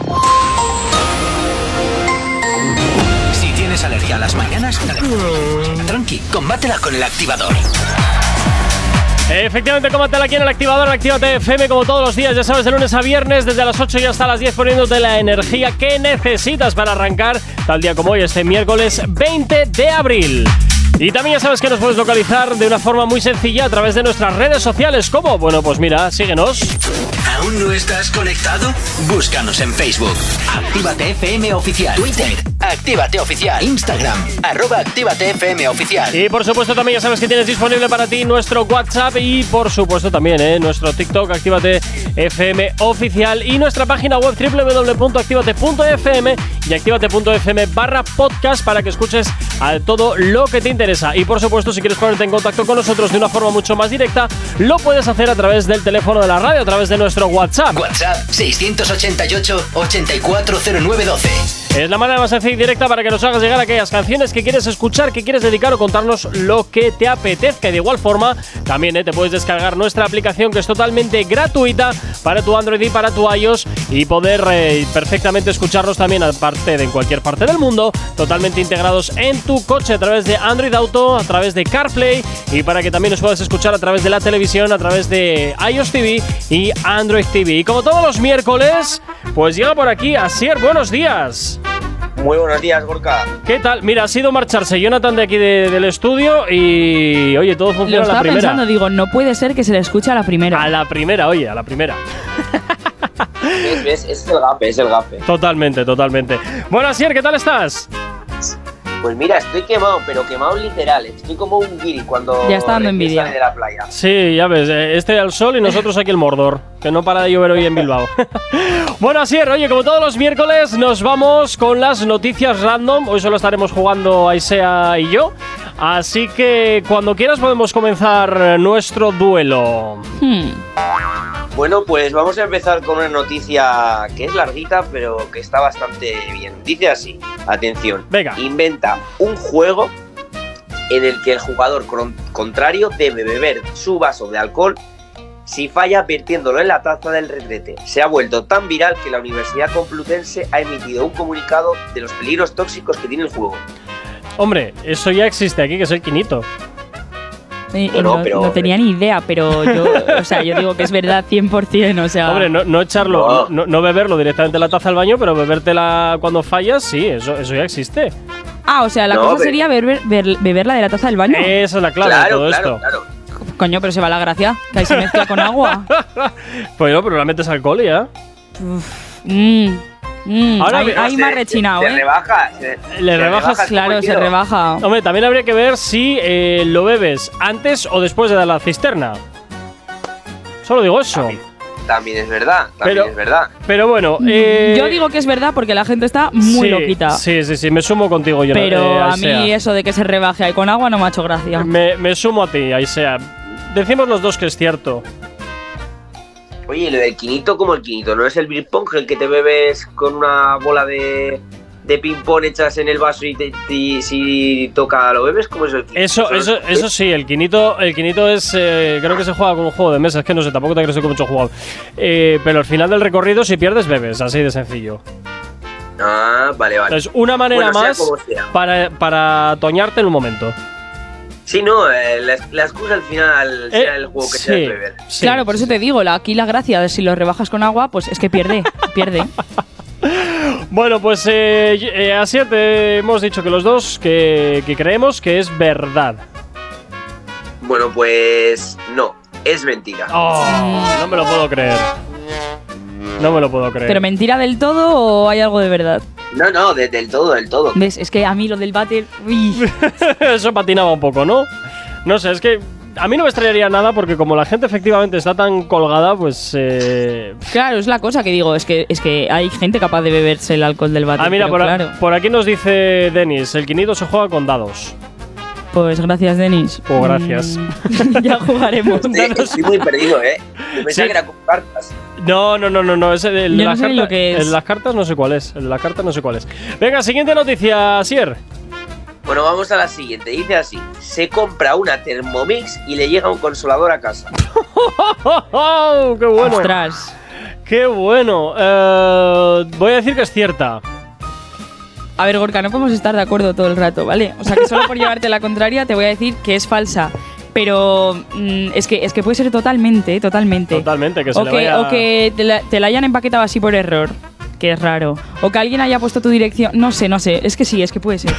Si tienes alergia a las mañanas, tranqui, combátela con el activador. Efectivamente, cómatela aquí en el activador, actívate FM como todos los días, ya sabes, de lunes a viernes, desde las 8 y hasta las 10, poniéndote la energía que necesitas para arrancar tal día como hoy, este miércoles 20 de abril. Y también ya sabes que nos puedes localizar de una forma muy sencilla a través de nuestras redes sociales. ¿Cómo? Bueno, pues mira, síguenos. ¿Aún no estás conectado? Búscanos en Facebook. Actívate FM Oficial. Twitter. Actívate Oficial. Instagram. Arroba Actívate FM Oficial. Y por supuesto también ya sabes que tienes disponible para ti nuestro WhatsApp y por supuesto también ¿eh? nuestro TikTok, Actívate FM Oficial y nuestra página web www.activate.fm y activate.fm barra podcast para que escuches a todo lo que te interesa. Y por supuesto si quieres ponerte en contacto con nosotros de una forma mucho más directa, lo puedes hacer a través del teléfono de la radio, a través de nuestro WhatsApp. WhatsApp 688 840912. Es la manera más sencilla y directa para que nos hagas llegar aquellas canciones que quieres escuchar, que quieres dedicar o contarnos lo que te apetezca. Y de igual forma, también eh, te puedes descargar nuestra aplicación que es totalmente gratuita para tu Android y para tu iOS y poder eh, perfectamente escucharnos también aparte de en cualquier parte del mundo, totalmente integrados en tu coche a través de Android Auto, a través de CarPlay y para que también nos puedas escuchar a través de la televisión, a través de iOS TV y Android TV. Y como todos los miércoles, pues llega por aquí Asier, buenos días. Muy buenos días, Gorka. ¿Qué tal? Mira, ha sido marcharse Jonathan de aquí de- del estudio y. Oye, todo funciona a la Lo estaba primera. pensando, digo, no puede ser que se le escuche a la primera. A la primera, oye, a la primera. ¿Ves? ves? Ese es el gafe, es el gafe. Totalmente, totalmente. Bueno, Asier, ¿qué tal estás? Pues mira, estoy quemado, pero quemado literal. Estoy como un guiri cuando Ya está dando recién envidia. sale de la playa. Sí, ya ves, eh, este al sol y nosotros aquí el Mordor, que no para de llover hoy en Bilbao. bueno, Asier, oye, como todos los miércoles, nos vamos con las noticias random. Hoy solo estaremos jugando Aisea y yo. Así que cuando quieras podemos comenzar nuestro duelo. Hmm. Bueno, pues vamos a empezar con una noticia que es larguita, pero que está bastante bien. Dice así, atención. Venga. Inventa un juego en el que el jugador cron- contrario debe beber su vaso de alcohol si falla vertiéndolo en la taza del retrete. Se ha vuelto tan viral que la Universidad Complutense ha emitido un comunicado de los peligros tóxicos que tiene el juego. Hombre, eso ya existe aquí, que es el quinito. Y- y Bueno, no, pero- eh, no tenía ni idea, pero yo, o sea, yo digo que es verdad 100%, o sea, Hombre, no, no echarlo, no. No. no- no beberlo directamente en la taza al baño, pero bebértela cuando fallas, sí, eso, eso ya existe. Ah, o sea, la No, cosa pero- sería beber, beber- beberla de la taza del baño. Esa es la clave de todo claro, esto. claro. Coño, pero se va la gracia. Que ahí se mezcla con agua. Pues no, pero la metes alcohol y ya. Mm, mm, Ahora ahí, me- ahí Se- me ha se- rechinado, se ¿eh? rebaja. se- se rebajas, rebaja el Claro, se contenido. rebaja. Hombre, también habría que ver si eh, lo bebes antes o después de dar la cisterna. Solo digo eso. También es verdad, también Pero- es verdad. Pero bueno, eh, Mm, Yo digo que es verdad porque la gente está sí, muy loquita. Sí, sí, sí, me sumo contigo, yo eh, pero a mí eso de que se rebaje ahí con agua no me ha hecho gracia. me, me sumo a ti, ahí sea. Decimos los dos que es cierto. Oye, ¿y lo del quinito como el quinito, ¿no es el beer pong el que te bebes con una bola de, de ping-pong hechas en el vaso y, te- y si toca lo bebes? ¿Cómo es el quinito? Eso, no eso, es- eso sí, el quinito, el quinito es. eh, creo que se juega con un juego de mesa, es que no sé, tampoco te crees que mucho he jugado. Eh, pero al final del recorrido, si pierdes, bebes, así de sencillo. Ah, vale, vale. Entonces, una manera Bueno, sea más como sea. para, para toñarte en un momento. Sí, no, eh, la, la excusa al final Eh, sea el juego que sea sí, el beber. sí. Claro, por eso te digo, la, aquí la gracia de si lo rebajas con agua, pues es que pierde, pierde. Bueno, pues eh, y- eh, así te hemos dicho que los dos que, que creemos que es verdad. Bueno, pues no, es mentira. Oh, no me lo puedo creer. No me lo puedo creer. Pero mentira del todo o hay algo de verdad. No, no, de- del todo, del todo. ¿Ves? Es que a mí lo del váter. uy. Eso patinaba un poco, ¿no? No sé, es que a mí no me extrañaría nada porque como la gente efectivamente está tan colgada, pues... eh, Claro, es la cosa que digo, es que, es que hay gente capaz de beberse el alcohol del váter. Ah, mira, pero por, a- claro. por aquí nos dice Denis, el quinito se juega con dados. Pues gracias, Denis. Pues gracias. Mm, ya jugaremos. Sí, estoy muy perdido, ¿eh? Yo pensaba Sí. que era con cartas. No, no, no, no, no, es el de Yo no las sé ni cartas. lo que es. el de las cartas no sé cuál es, el de las cartas no sé cuál es. Venga, siguiente noticia, Sier. Bueno, vamos a la siguiente. Dice así: se compra una Thermomix y le llega un consolador a casa. ¡Oh, oh! qué bueno! Ostras. ¡Qué bueno! Eh, voy a decir que es cierta. A ver, Gorka, no podemos estar de acuerdo todo el rato, ¿vale? O sea, que solo por llevarte la contraria te voy a decir que es falsa. Pero mm, es, que, es que puede ser totalmente, totalmente. Totalmente, que se o, le que, vaya... o que te la, te la hayan empaquetado así por error, que es raro. O que alguien haya puesto tu dirección. No sé, no sé. Es que sí, es que puede ser.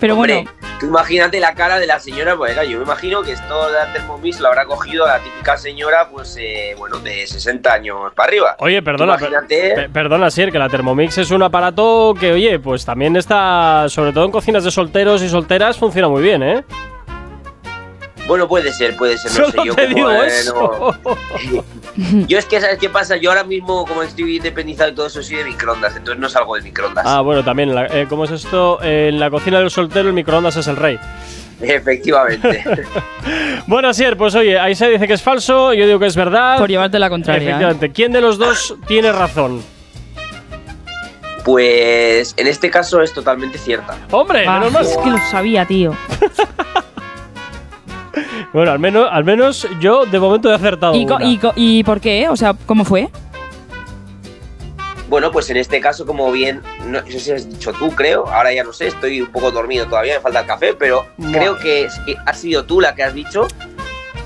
Pero Hombre, bueno, tú imagínate la cara de la señora, pues claro, yo me imagino que esto de la Thermomix lo habrá cogido la típica señora, pues, eh, bueno, de 60 años para arriba. Oye, perdona, per- Imagínate. per- perdona, Sier, que la Thermomix es un aparato que, oye, pues también está, sobre todo en cocinas de solteros y solteras, funciona muy bien, ¿eh? eh, Bueno, puede ser, puede ser, no Solo sé. Yo, te como, digo eh, eso. no- yo es que, ¿sabes qué pasa? Yo ahora mismo, como estoy independizado y todo eso, soy de microondas, entonces no salgo de microondas. Ah, bueno, también, la- eh, ¿cómo es esto? en la cocina del soltero el microondas es el rey. Efectivamente. Bueno, Sier, pues oye, ahí se dice que es falso, yo digo que es verdad. por llevarte la contraria. ¿eh? Efectivamente, ¿quién de los dos tiene razón? pues en este caso es totalmente cierta. Hombre, Ah, menos mal. es que lo sabía, tío. Bueno, al menos, al menos yo de momento he acertado. ¿Y, co- una. y co- y por qué? O sea, ¿cómo fue? Bueno, pues en este caso, como bien, no sé si has dicho tú, creo, ahora ya no sé, estoy un poco dormido todavía, me falta el café, pero Bueno. creo que es- que has sido tú la que has dicho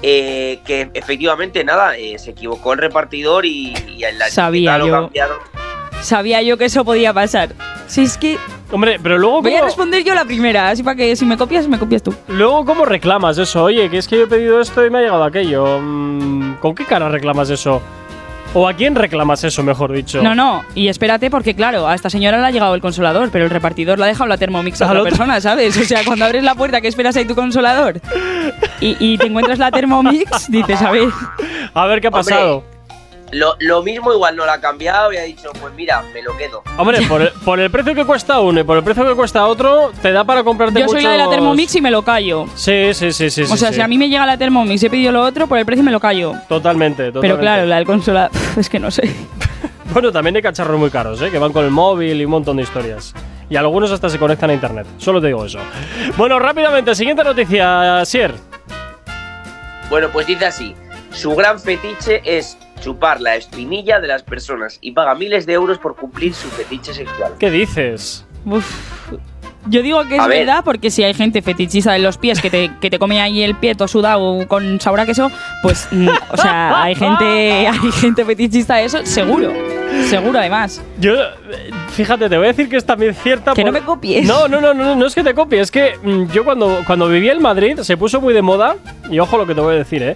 eh, que efectivamente, nada, eh, se equivocó el repartidor y, y en la Sabía etiqueta lo yo. cambiaron. Sabía yo que eso podía pasar. Si es que Hombre, pero luego voy a ¿cómo, responder yo la primera, así para que si me copias, me copias tú. luego ¿cómo reclamas eso? Oye, que es que yo he pedido esto y me ha llegado aquello. Mm, ¿Con qué cara reclamas eso? ¿O a quién reclamas eso, mejor dicho? No, no, y espérate porque claro, a esta señora le ha llegado el consolador, pero el repartidor la ha dejado la Thermomix a Al otra otro. persona, ¿sabes? O sea, cuando abres la puerta, ¿qué esperas ahí tu consolador? Y, y te encuentras la Thermomix, dices, a ver, A ver qué ha Hombre. pasado. Lo, lo mismo igual no la ha cambiado y ha dicho, pues mira, me lo quedo. Hombre, por el, por el precio que cuesta uno y por el precio que cuesta otro, te da para comprarte yo soy la de la muchos- Thermomix y me lo callo. Sí, sí, sí, sí. o sea, si a mí me llega la Thermomix y he pedido lo otro, por el precio me lo callo. Totalmente, totalmente. Pero claro, la del consolador, es que no sé. Bueno, también hay cacharros muy caros, ¿eh? que van con el móvil y un montón de historias. Y algunos hasta se conectan a internet. Solo te digo eso. Bueno, rápidamente, siguiente noticia, Sier. Bueno, pues dice así, su gran fetiche es chupar la espinilla de las personas y paga miles de euros por cumplir su fetiche sexual. ¿Qué dices? Uf. Yo digo que es A ver. verdad porque si hay gente fetichista de los pies que te, que te come ahí el pie todo sudado con sabor a queso, pues, mm, o sea, hay gente, hay gente fetichista de eso, seguro. Seguro, además. Yo, eh, fíjate, te voy a decir que es también cierta. Que no por- me copies. No, no, no, no, no, no es que te copie, es que mm, yo cuando, cuando vivía en Madrid se puso muy de moda, y ojo lo que te voy a decir, ¿eh?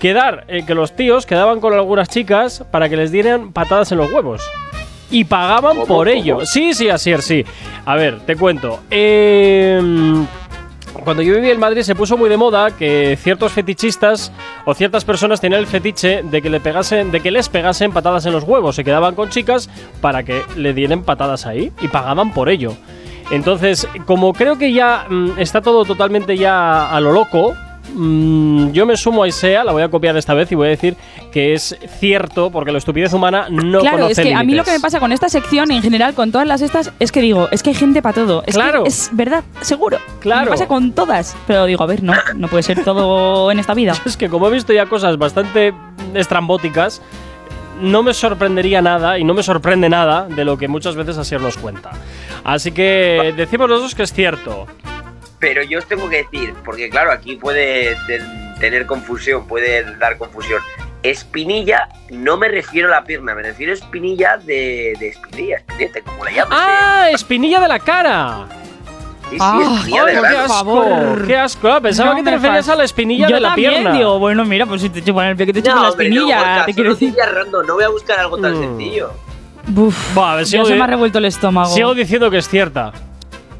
Quedar, eh, que los tíos quedaban con algunas chicas para que les dieran patadas en los huevos. Y pagaban ¿Cómo, por cómo? ello. Sí, sí, así es, sí. A ver, te cuento. Eh. Cuando yo vivía en Madrid se puso muy de moda que ciertos fetichistas o ciertas personas tenían el fetiche de que, le pegasen, de que les pegasen patadas en los huevos. Se quedaban con chicas para que le dieran patadas ahí y pagaban por ello. Entonces, como creo que ya mm, está todo totalmente ya a lo loco, mm, yo me sumo a Isea, la voy a copiar esta vez y voy a decir que es cierto porque la estupidez humana no claro, conoce es que a mí lo que me límites. pasa con esta sección y en general con todas las estas es que digo, es que hay gente para todo. Es que Claro. es verdad, seguro. Claro. Me pasa con todas. Pero digo, a ver, no, no puede ser todo en esta vida. Es que como he visto ya cosas bastante estrambóticas, no me sorprendería nada y no me sorprende nada de lo que muchas veces así nos cuenta. Así que decimos los dos que es cierto. Pero yo os tengo que decir, porque claro, aquí puede te- tener confusión, puede dar confusión. Espinilla, no me refiero a la pierna, me refiero a espinilla de, de espinilla, espinete, como le llamas. ¿eh? ¡Ah! ¡Espinilla de la cara! Sí, sí, ah, espinilla ¡Ay, de qué verdad. asco! favor. ¡Qué asco! Ah, Pensaba No que te me referías fas- a la espinilla Yo de la también pierna. digo, bueno, mira, pues si te chupan el pie, que te chupan No, la hombre, no, espinilla, Gorka, te solo quiero decir. noticias random, no voy a buscar algo tan Mm. sencillo. Buf, Buah, a ver, sigo ya se di- me ha revuelto el estómago. Sigo diciendo que es cierta.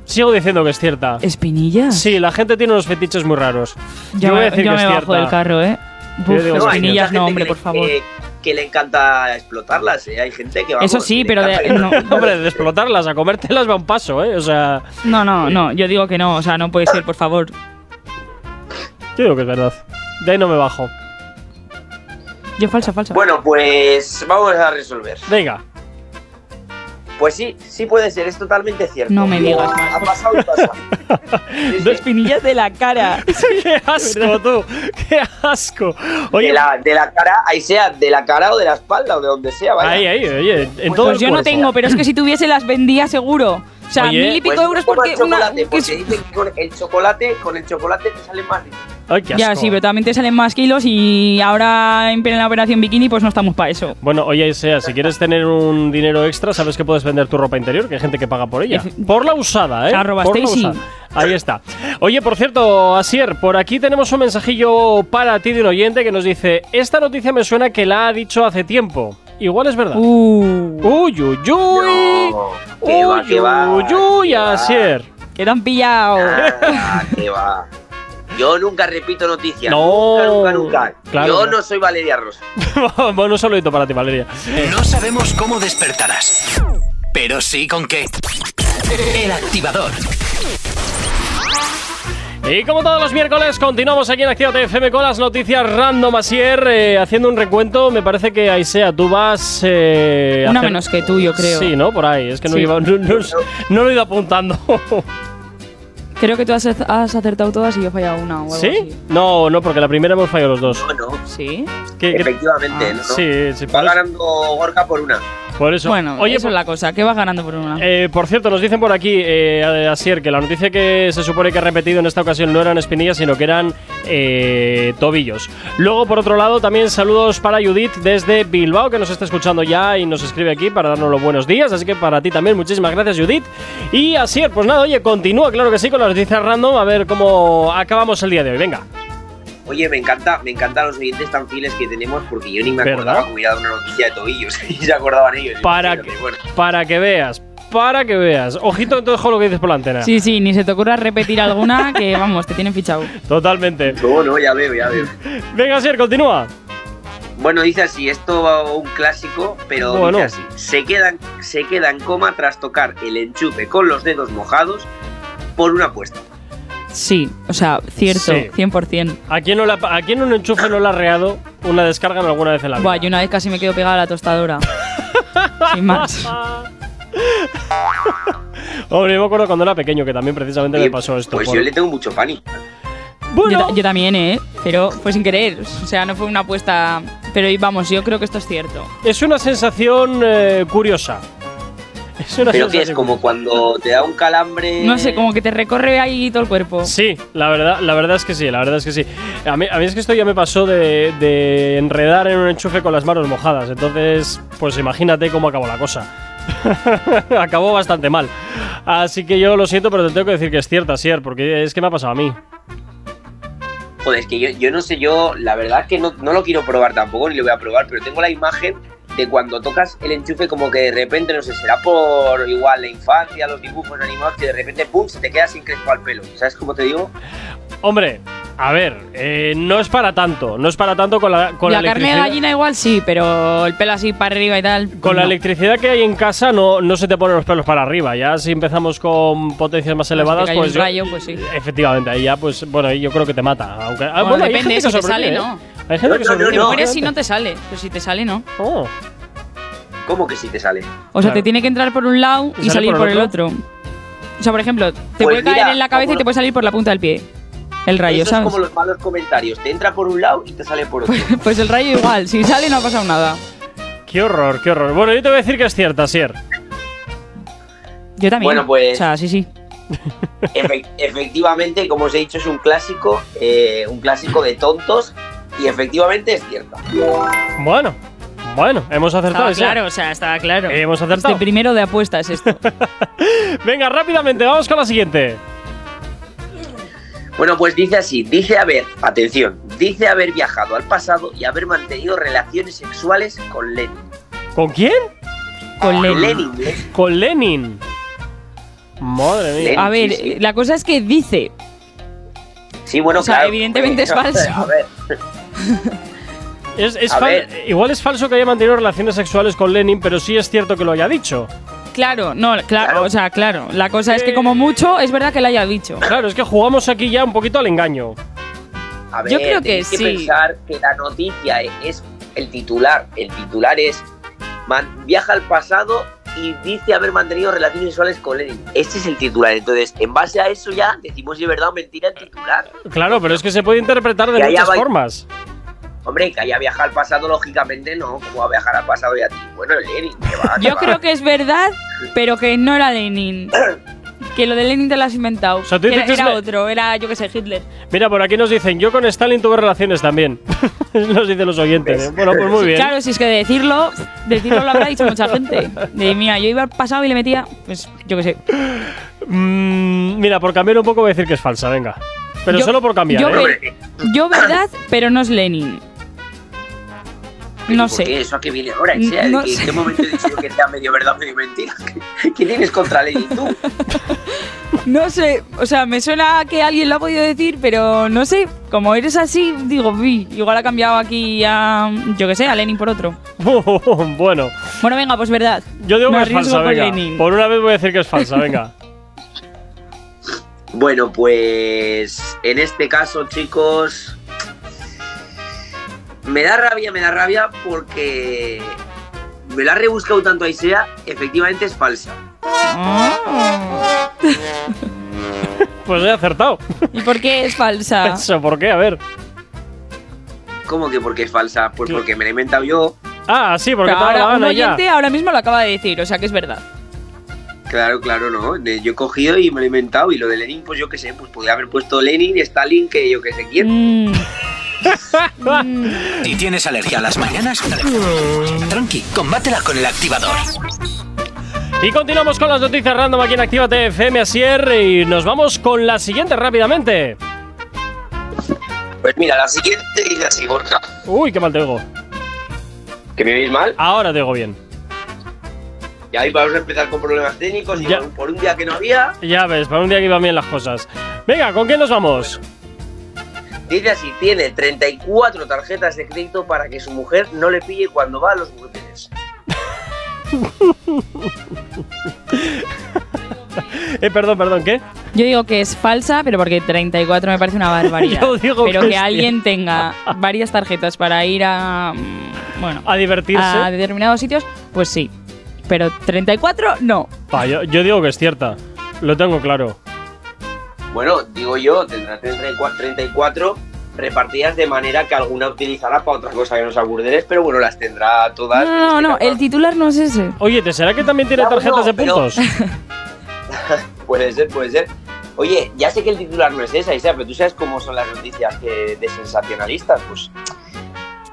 Sigo diciendo que es cierta. ¿Espinilla? Sí, la gente tiene unos fetiches muy raros. Yo, voy me, a decir yo que me es bajo cierta. del carro, ¿eh? Yo Buf, digo No, hay espinillas mucha no, gente hombre, que por le- favor. Que, que le encanta explotarlas, ¿eh? Hay gente que va. Eso sí, pero de- no. Hombre, de explotarlas a comértelas va un paso, ¿eh? O sea, No, no, no, yo digo que no, o sea, no puede ser, por favor. yo digo que es verdad. De ahí no me bajo. Yo falsa, falsa. Bueno, pues vamos a resolver. Venga, Pues sí, sí puede ser, es totalmente cierto. No me digas más, Ha, ha por pasado y pasa. Sí, sí. Espinillas de la cara. qué asco tú, qué asco. Oye, de, la, de la cara, ahí sea, de la cara o de la espalda o de donde sea, vaya. ahí, ahí, oye, en todo Pues el yo no cuerpo. tengo, pero es que si tuviese las vendía seguro. O sea, Oye, mil y Pues pico euros toma porque una. chocolate, pues, que es- porque dicen que con el chocolate, con el chocolate te sale más rico. Ay, qué asco. Ya, sí, pero también te salen más kilos y ahora en plena operación bikini, pues no estamos para eso. Bueno, oye, sea, si quieres tener un dinero extra, sabes que puedes vender tu ropa interior, que hay gente que paga por ella. Efe- Por la usada, ¿eh? Arroba por la Stacy. usada. Ahí está. Oye, por cierto, Asier, por aquí tenemos un mensajillo para ti de un oyente que nos dice: Esta noticia me suena que la ha dicho hace tiempo. Igual es verdad. Uh, Uy, uy, uy. No, uy, que va, que va, uy, que uy, va. Asier. que te han pillado. Ah, que va. Yo nunca repito noticias. No. Nunca, nunca, nunca. Claro, Yo no. no soy Valeria Rosa. bueno, un saludito para ti, Valeria. No sabemos cómo despertarás, pero sí con qué. El activador. Y como todos los miércoles, continuamos aquí en Actívate FM con las noticias random. Asier, eh, haciendo un recuento, me parece que Aisea, tú vas. eh, a Una hacer- menos que tú, yo creo. Sí, ¿no? Por ahí. Es que no, Sí. lleva- no- no- no lo he ido apuntando. Creo que tú has, has acertado todas y yo he fallado una o algo ¿Sí? No, no, porque la primera hemos fallado los dos. No, no. así. ¿Sí? ¿Qué- qué- Efectivamente, Ah, no, no. Sí, sí, Va por eso. ganando Gorka por una. Por eso. Bueno, Oye, pues- eso por- es la cosa, que vas ganando por una. Eh, por cierto, nos dicen por aquí, eh, Asier, que la noticia que se supone que ha repetido en esta ocasión no eran espinillas, sino que eran eh, tobillos. Luego, por otro lado, también saludos para Judith desde Bilbao, que nos está escuchando ya y nos escribe aquí para darnos los buenos días. Así que para ti también, muchísimas gracias, Judith. Y Asier, pues nada, oye, continúa, claro que sí, con las noticias random, a ver cómo acabamos el día de hoy. Venga. Oye, me encanta, me encantan los oyentes tan fieles que tenemos porque yo ni me ¿Verdad? acordaba que hubiera dado una noticia de tobillos y se acordaban ellos. Para Imagínate, que- bueno. Para que veas, para que veas. Ojito entonces con lo que dices por la antena. Sí, sí, ni se te ocurra repetir alguna que, vamos, te tienen fichado. Totalmente. No, no, ya veo, ya veo. Venga, Asier, continúa. Bueno, dice así, esto va un clásico, pero Bueno. dice así. Se quedan, se queda en coma tras tocar el enchufe con los dedos mojados por una apuesta. Sí, o sea, cierto, Sí. 100%. ¿A quién, no la- a quién un enchufe no le ha reado una descarga en alguna vez en la vida? Buah, yo una vez casi me quedo pegada a la tostadora. Sin más. Hombre, yo me acuerdo cuando era pequeño que también precisamente Oye, me pasó esto. Pues por- yo le tengo mucho pánico. Yo, Bueno, ta- yo también, ¿eh? Pero fue sin querer. O sea, no fue una apuesta. Pero vamos, yo creo que esto es cierto. es una sensación eh, curiosa. Es una Pero que es sensación como cuando te da un calambre. No sé, como que te recorre ahí todo el cuerpo. Sí, la verdad, la verdad es que sí, la verdad es que sí. A mí, a mí es que esto ya me pasó de, de enredar en un enchufe con las manos mojadas. Entonces, pues imagínate cómo acabó la cosa. acabó bastante mal. Así que yo lo siento, pero te tengo que decir que es cierta, Sier, porque es que me ha pasado a mí. Joder, es que yo, yo no sé, yo la verdad que no, no lo quiero probar tampoco, ni lo voy a probar, pero tengo la imagen de cuando tocas el enchufe como que de repente, no sé, será por igual la infancia, los dibujos animados, que de repente, pum, se te queda sin crespo al pelo. ¿Sabes cómo te digo? Hombre, a ver, eh, no es para tanto, no es para tanto con la, con la, la carne de electricidad. gallina igual sí, pero el pelo así para arriba y tal. Con la no. electricidad que hay en casa no, no se te ponen los pelos para arriba. Ya si empezamos con potencias más elevadas, cae pues, un yo- rayo, pues sí. Efectivamente, ahí ya pues bueno, yo creo que te mata. Aunque ah, Bueno, hay depende, gente que si te sobrevive, sale, ¿eh? ¿no? Hay gente que No, no, sobrevive. Te no, mueres si no te sale, pero si te sale no. Oh, ¿Cómo que si te sale? O sea, Claro. te tiene que entrar por un lado ¿Y y, sale salir por por, el el otro. O sea, por ejemplo, te Pues puede mira, caer en la cabeza y como te puede salir por la punta del pie. El rayo, Eso ¿sabes? es como los malos comentarios, te entra por un lado y te sale por otro. Pues el rayo igual, si sale no ha pasado nada. qué horror, qué horror. Bueno, yo te voy a decir que es cierta, Sier. Yo también. Bueno, pues- O sea, sí, sí. Efe- efectivamente, como os he dicho, es un clásico, eh, un clásico de tontos y efectivamente es cierto. Bueno, bueno, hemos acertado. Estaba Asier. claro, o sea, estaba claro. Hemos acertado. ¿eh? Este primero de apuestas esto. Venga, rápidamente, vamos con la siguiente. Bueno, pues dice así, dice haber, atención, dice haber viajado al pasado y haber mantenido relaciones sexuales con Lenin. Ah, ¿Con quién? Con Con Lenny. Lenin, ¿eh? Con Lenin. Madre mía. Len- A ver, Sí, sí. la cosa es que dice, Sí, bueno, O sea, claro, evidentemente porque- es falso. A ver, Es- es A fal- ver. Igual es falso que haya mantenido relaciones sexuales con Lenin, pero sí es cierto que lo haya dicho. claro, no, claro, Claro. o sea, claro. La cosa es Eh. que como mucho es verdad que la haya dicho. Claro, es que jugamos aquí ya un poquito al engaño. a ver, Yo creo que tenéis sí. pensar que la noticia e- es el titular. El titular es man- viaja al pasado y dice haber mantenido relaciones sexuales con Lenin. Este es el titular. Entonces, en base a eso ya decimos si es verdad o mentira el titular. Claro, pero es que se puede interpretar de Ya, ya muchas va- formas. Hombre, que haya viajado al pasado, lógicamente no. ¿Cómo va a viajar al pasado y a ti? Bueno, Lenin, que va, Yo creo que es verdad, pero que no era Lenin. Que lo de Lenin te lo has inventado. sea, tú Que era, dices era le- otro, era yo que sé, Hitler. Mira, por aquí nos dicen, yo con Stalin tuve relaciones también. nos dicen los oyentes. ¿eh? Bueno, pues muy bien. Claro, si es que decirlo, decirlo lo habrá dicho mucha gente. De mira, yo iba al pasado y le metía, pues yo que sé. Mm, mira, por cambiar un poco voy a decir que es falsa, venga. Pero Yo- solo por cambiar, yo ¿eh? ver- yo verdad, pero no es Lenin. No sé. Eso que viene ahora, ¿En serio? No ¿En sé. qué momento he dicho yo que sea medio verdad, medio mentira? ¿Qué- ¿Qué tienes contra Lenin tú? No sé, o sea, me suena a que alguien lo ha podido decir, pero no sé, como eres así, digo, "Uy, igual ha cambiado aquí a, yo que sé, a Lenin por otro. bueno, Bueno, venga, pues verdad. yo digo Me que es arriesgo falsa, con venga. Lenin. Por una vez voy a decir que es falsa, venga. Bueno, pues en este caso, chicos, me da rabia, me da rabia porque me la ha rebuscado tanto ahí sea, efectivamente es falsa. Ah. Pues he acertado. ¿Y por qué es falsa? Eso, ¿por qué? A ver. ¿Cómo que porque es falsa? Pues Claro. porque me la he inventado yo. Ah, sí, porque Pero te da la ahora un gana y ya. oyente ahora mismo lo acaba de decir, o sea que es verdad. Claro, claro, no. De- Yo he cogido y me lo he inventado. Y lo de Lenin, pues yo qué sé, pues podría haber puesto Lenin, Stalin, que yo qué sé quién. Mm. Si tienes alergia a las mañanas, tranqui, combátela con el activador. Y continuamos con las noticias random aquí en Actívate FM Asier y nos vamos con la siguiente rápidamente. Pues mira, la siguiente dice así, Borja. Uy, qué mal te oigo. ¿Que me veis mal? Ahora te oigo bien. Y ahí vamos a empezar con problemas técnicos. Y Ya. por un- por un día que no había, Ya ves, para un día que iban bien las cosas. Venga, ¿con qué nos vamos? Dice así, tiene 34 tarjetas de crédito para que su mujer no le pille cuando va a los burdeles. Eh, perdón, perdón, ¿qué? Yo digo que es falsa, pero porque 34 me parece una barbaridad. Yo digo pero que que, es alguien tenga varias tarjetas para ir a. mm, Bueno, A divertirse. a determinados sitios, pues sí. Pero 34 no. Pa, yo, yo digo que es cierta. Lo tengo claro. Bueno, digo yo, tendrá 34, 34 repartidas de manera que alguna utilizará para otra cosa que no sea burdeles, pero bueno, las tendrá todas. en No, no, este no, caso. el titular no es ese. Oye, ¿te será que también tiene Ya, bueno, tarjetas de pero- puntos? Puede ser, puede ser. Oye, ya sé que el titular no es esa, Isa, pero tú sabes cómo son las noticias que- de sensacionalistas, pues.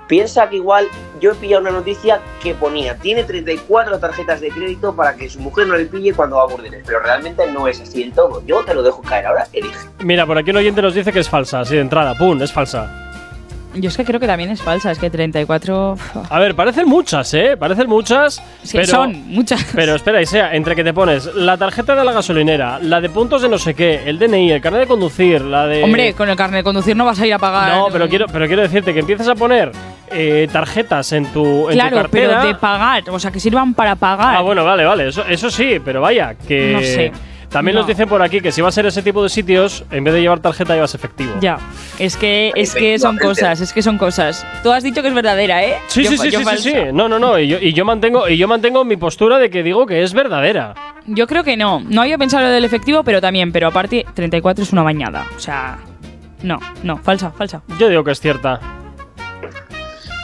Piensa que igual yo he pillado una noticia que ponía, tiene 34 tarjetas de crédito para que su mujer no le pille cuando va a burdeles, pero realmente no es así del todo. Yo te lo dejo caer ahora, elige. Mira, por aquí un oyente nos dice que es falsa, así de entrada. Pum, es falsa. Yo es que creo que también es falsa, es que 34. uf, A ver, parecen muchas, ¿eh? Parecen muchas. es que pero, son muchas. Pero espera, sea, entre que te pones la tarjeta de la gasolinera, la de puntos de no sé qué, el DNI, el carnet de conducir, la de. Hombre, con el carnet de conducir no vas a ir a pagar. No, pero eh, quiero, pero quiero decirte que empiezas a poner eh, tarjetas en tu, en tu Claro, cartera. pero de pagar, o sea, que sirvan para pagar. ah, bueno, vale, vale, eso, eso sí, pero vaya, que. No sé. También No. nos dicen por aquí que si va a ser ese tipo de sitios, en vez de llevar tarjeta, llevas efectivo. Ya, es que, es que son Efectivamente. cosas, es que son cosas. Tú has dicho que es verdadera, ¿eh? Sí, Yo sí, fa- sí, yo sí, sí, falsa. sí. No, no, no. Y yo, y yo mantengo, y yo mantengo mi postura de que digo que es verdadera. Yo creo que no. No había pensado lo del efectivo, pero también, pero aparte, 34 es una bañada. O sea, no, no, falsa, falsa. Yo digo que es cierta.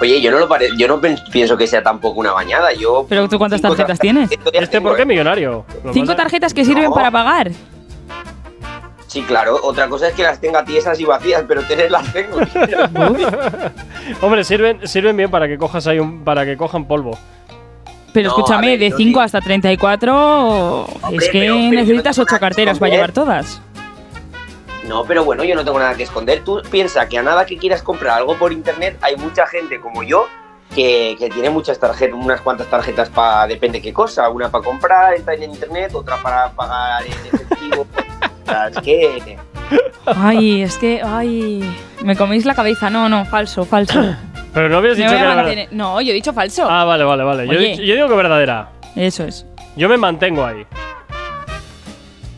Oye, yo no lo pare- yo no pen- pienso que sea tampoco una bañada. Yo Pero tú, ¿cuántas cinco tarjetas tienes? ya Este tengo, por qué ¿eh? millonario. Lo Cinco pasa- tarjetas que sirven No. para pagar. Sí, claro. Otra cosa es que las tenga tiesas y vacías, pero tenerlas tengo. Hombre, sirven, sirven bien para que cojas ahí un, para que cojan polvo. Pero No, escúchame, a ver, de yo 5 digo- hasta 34 Hombre, es que pero- pero yo no necesitas tengo 8 nada que carteras para esconder. llevar todas. No, pero bueno, yo no tengo nada que esconder. Tú piensa que a nada que quieras comprar algo por internet hay mucha gente como yo que, que tiene muchas tarjetas, unas cuantas tarjetas para, depende qué cosa, una para comprar está en internet, otra para pagar en efectivo. O sea, es que Ay, es que, ay. Me coméis la cabeza. No, no, falso, falso. Pero no habías Me dicho voy que a era mantener- No, yo he dicho falso. verdad- Ah, vale, vale, vale. Yo, he Oye. dicho- yo digo que verdadera. Eso es. Yo me mantengo ahí.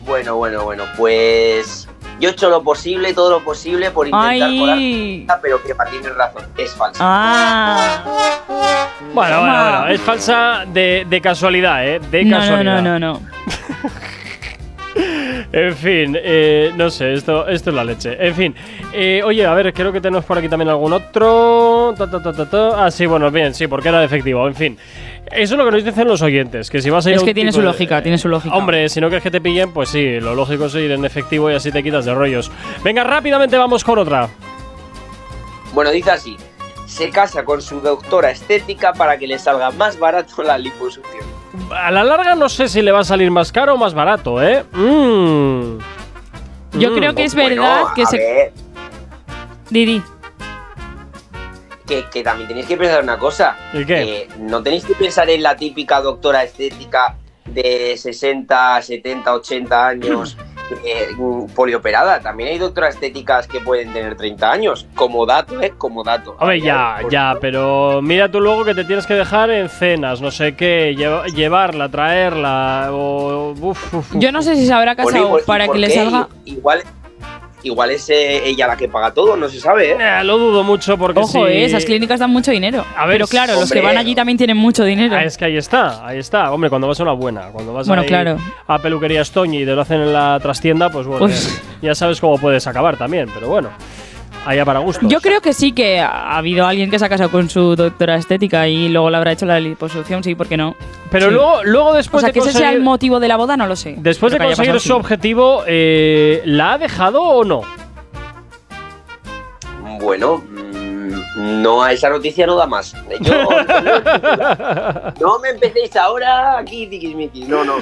Bueno, bueno, bueno, pues yo he hecho lo posible, todo lo posible por intentar colar, Ay. pero que tienes razón, es falso. Ah. Bueno, bueno, Toma. bueno. Es falsa de, de casualidad, ¿eh? De No, no, casualidad. no, no, no. En fin, eh, no sé, esto, esto es la leche. En fin, eh, oye, a ver, creo que tenemos por aquí también algún otro. Ta, ta, ta, ta, ta. Ah, sí, bueno, bien, sí, porque era efectivo. En fin, eso es lo que nos dicen los oyentes, que si vas a ir a Es un que tiene tipo su de- lógica, tiene su lógica. Hombre, si no crees que te pillen, pues sí, lo lógico es ir en efectivo y así te quitas de rollos. Venga, rápidamente vamos con otra. Bueno, dice así, se casa con su doctora estética para que le salga más barato la liposucción. A la larga no sé si le va a salir más caro o más barato, ¿eh? Mm. Yo Mm. creo que es Bueno, verdad que a se. ver, Didi. que, que también tenéis que pensar una cosa. ¿El qué? Eh, no tenéis que pensar en la típica doctora estética de 60, 70, 80 años eh, mm, polioperada. También hay doctoras estéticas que pueden tener 30 años. Como dato, ¿eh? Como dato. Hombre, ya, Por- ya, pero mira tú luego que te tienes que dejar en cenas, no sé qué, lleva- llevarla, traerla, o... uf, uf, uf. Yo no sé si se habrá Bueno, y casado por- y para por que le qué, salga. i- Igual, igual es eh, ella la que paga todo, no se sabe, ¿eh? Eh, lo dudo mucho porque Ojo, si- eh, esas clínicas dan mucho dinero. A ver, Pero claro, los que hombre. van allí también tienen mucho dinero. Ah, es que ahí está, ahí está. Hombre, cuando vas a una buena, cuando vas Bueno, ahí claro. a peluquería Toñi y te lo hacen en la trastienda, pues bueno, Uf. ya, ya sabes cómo puedes acabar también, pero bueno, allá para gusto. Yo creo que sí que ha habido alguien que se ha casado con su doctora estética y luego le habrá hecho la liposucción, sí, porque no. Pero Sí. luego, luego después O sea, de que ese sea el conseguir- motivo de la boda, no lo sé. Después de Creo que haya conseguir su pasado, sí. objetivo, eh, ¿la ha dejado o no? Bueno, mm, no, a esa noticia no da más. Yo, no me empecéis ahora aquí, tiquismiquis. No, no.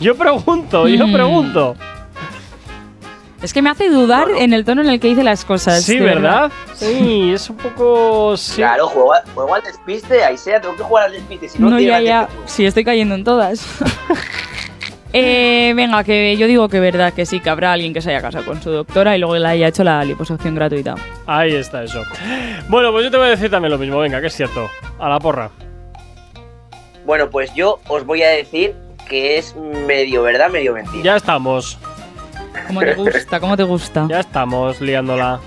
Yo pregunto, yo Mm. pregunto. Es que me hace dudar en el tono en el que dice las cosas. Sí, de ¿verdad? Sí, es un poco. Sí. Claro, juego, a- juego al despiste, ahí sea, tengo que jugar al despiste, si no, No, te ya, llegan ya. este juego. Sí, estoy cayendo en todas. Eh, venga, que yo digo que verdad que sí, que habrá alguien que se haya casado con su doctora y luego le haya hecho la liposucción gratuita. Ahí está eso. Bueno, pues yo te voy a decir también lo mismo. Venga, que es cierto. A la porra. Bueno, pues yo os voy a decir que es medio verdad, medio mentira. Ya estamos. ¿Cómo te gusta? ¿Cómo te gusta? Ya estamos liándola.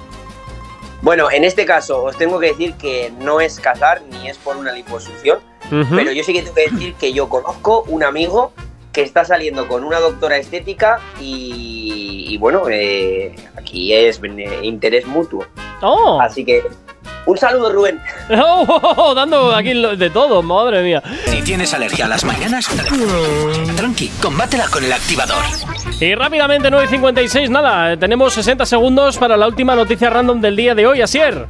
Bueno, en este caso os tengo que decir que no es casar ni es por una liposucción, Ujú. pero yo sí que tengo que decir que yo conozco un amigo que está saliendo con una doctora estética y, y bueno, eh, aquí es bene- interés mutuo. ¡Oh! Así que un saludo Rubén. Oh, oh, oh, Dando aquí lo- de todo, madre mía. Si tienes alergia a las mañanas, tranqui, combátela con el activador. Y rápidamente, 9.56, nada. eh, Tenemos 60 segundos para la última noticia random del día de hoy, Asier.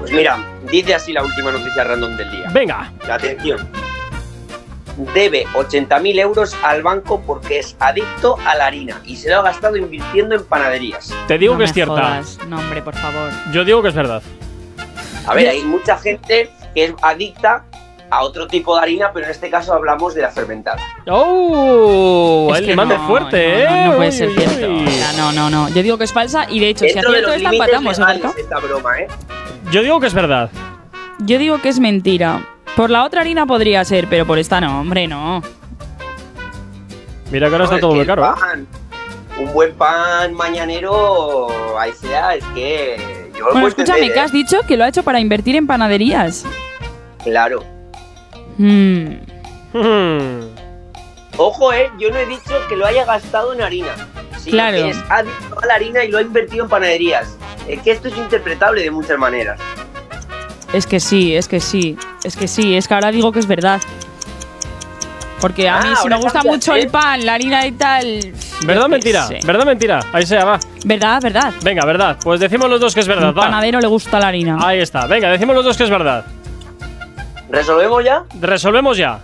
Pues mira, dice así la última noticia random del día. Venga. Atención. Debe 80.000 euros al banco porque es adicto a la harina y se lo ha gastado invirtiendo en panaderías. Te digo No que me es cierta. jodas. No, hombre, por favor. Yo digo que es verdad. A ver, hay mucha gente que es adicta a otro tipo de harina, pero en este caso hablamos de la fermentada. ¡Oh! Es el que imán de no, fuerte, no, ¿eh? No, no puede Uy, ser uy, cierto. uy. O sea, no, no, no. Yo digo que es falsa y de hecho, si Dentro de acierto los esta límites empatamos, ¿eh, legales Gorka? esta broma, ¿eh? Yo digo que es verdad. Yo digo que es mentira. Por la otra harina podría ser, pero por esta no, hombre, no. Pues Mira que ahora No, está es todo que muy el caro. ¿eh? pan, un buen pan mañanero, ahí sea, es que yo lo Bueno, puedo escúchame, entender, que ¿eh? has dicho que lo ha hecho para invertir en panaderías. Claro. Hmm. Hmm. Ojo, eh, yo no he dicho que lo haya gastado en harina. sino Claro. que es adicto a la harina y lo ha invertido en panaderías. Es que esto es interpretable de muchas maneras. Es que sí, es que sí, es que sí, es que ahora digo que es verdad. Porque a Ah, mí si ahora me gusta cambias, mucho ¿eh? el pan, la harina y tal. ¿Verdad yo o qué mentira? sé. ¿Verdad o mentira? Ahí sea, va. Verdad, verdad. Venga, verdad. Pues decimos los dos que es verdad, Al va. panadero le gusta la harina. Ahí está. Venga, decimos los dos que es verdad. ¿Resolvemos ya? Resolvemos ya.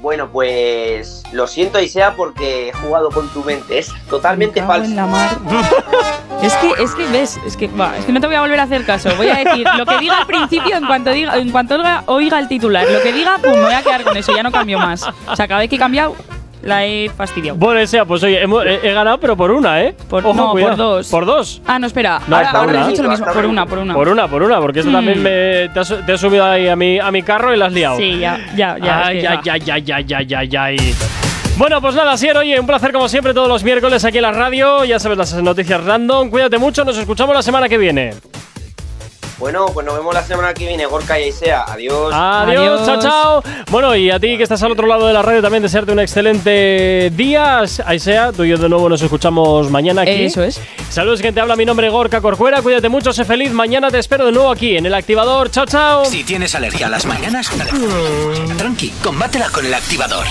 Bueno, pues lo siento, Isea, porque he jugado con tu mente. Es Me totalmente cago en falso. la mar. Es que, es que ves, es que, buah, es que no te voy a volver a hacer caso. Voy a decir lo que diga al principio, en cuanto diga, en cuanto oiga, oiga el titular, lo que diga, pues me voy a quedar con eso, ya no cambio más. O sea, cada vez que he cambiado, la he fastidiado. Bueno, o sea, pues oye, hemos- he, he ganado, pero por una, ¿eh? Por- Ojo, no, por cuidado. dos. Por dos. Ah, no, espera. No, ahora hasta ahora una. has dicho lo mismo. Hasta Por una. una, por una. Hmm. Por una, por una, porque esto también me, te, has, te has subido ahí a mi, a mi carro y la has liado. Sí, ya, ya, ya. Ay, es que ay, va. ay, ay, ay, ay, ay, ay. Bueno, pues nada, Sier, oye, un placer como siempre todos los miércoles aquí en la radio. Ya sabes las noticias random. Cuídate mucho, nos escuchamos la semana que viene. Bueno, pues nos vemos la semana que viene, Gorka y Aisea. Adiós. Adiós, Adiós. chao, chao. Bueno, y a ti que estás al otro lado de la radio también desearte un excelente día. Aisea, tú y yo de nuevo nos escuchamos mañana aquí. Eso es. Saludos, que te habla mi nombre Gorka Corcuera. Cuídate mucho, sé feliz. Mañana te espero de nuevo aquí en El Activador. Chao, chao. Si tienes alergia a las mañanas, tranqui, combátela con el activador.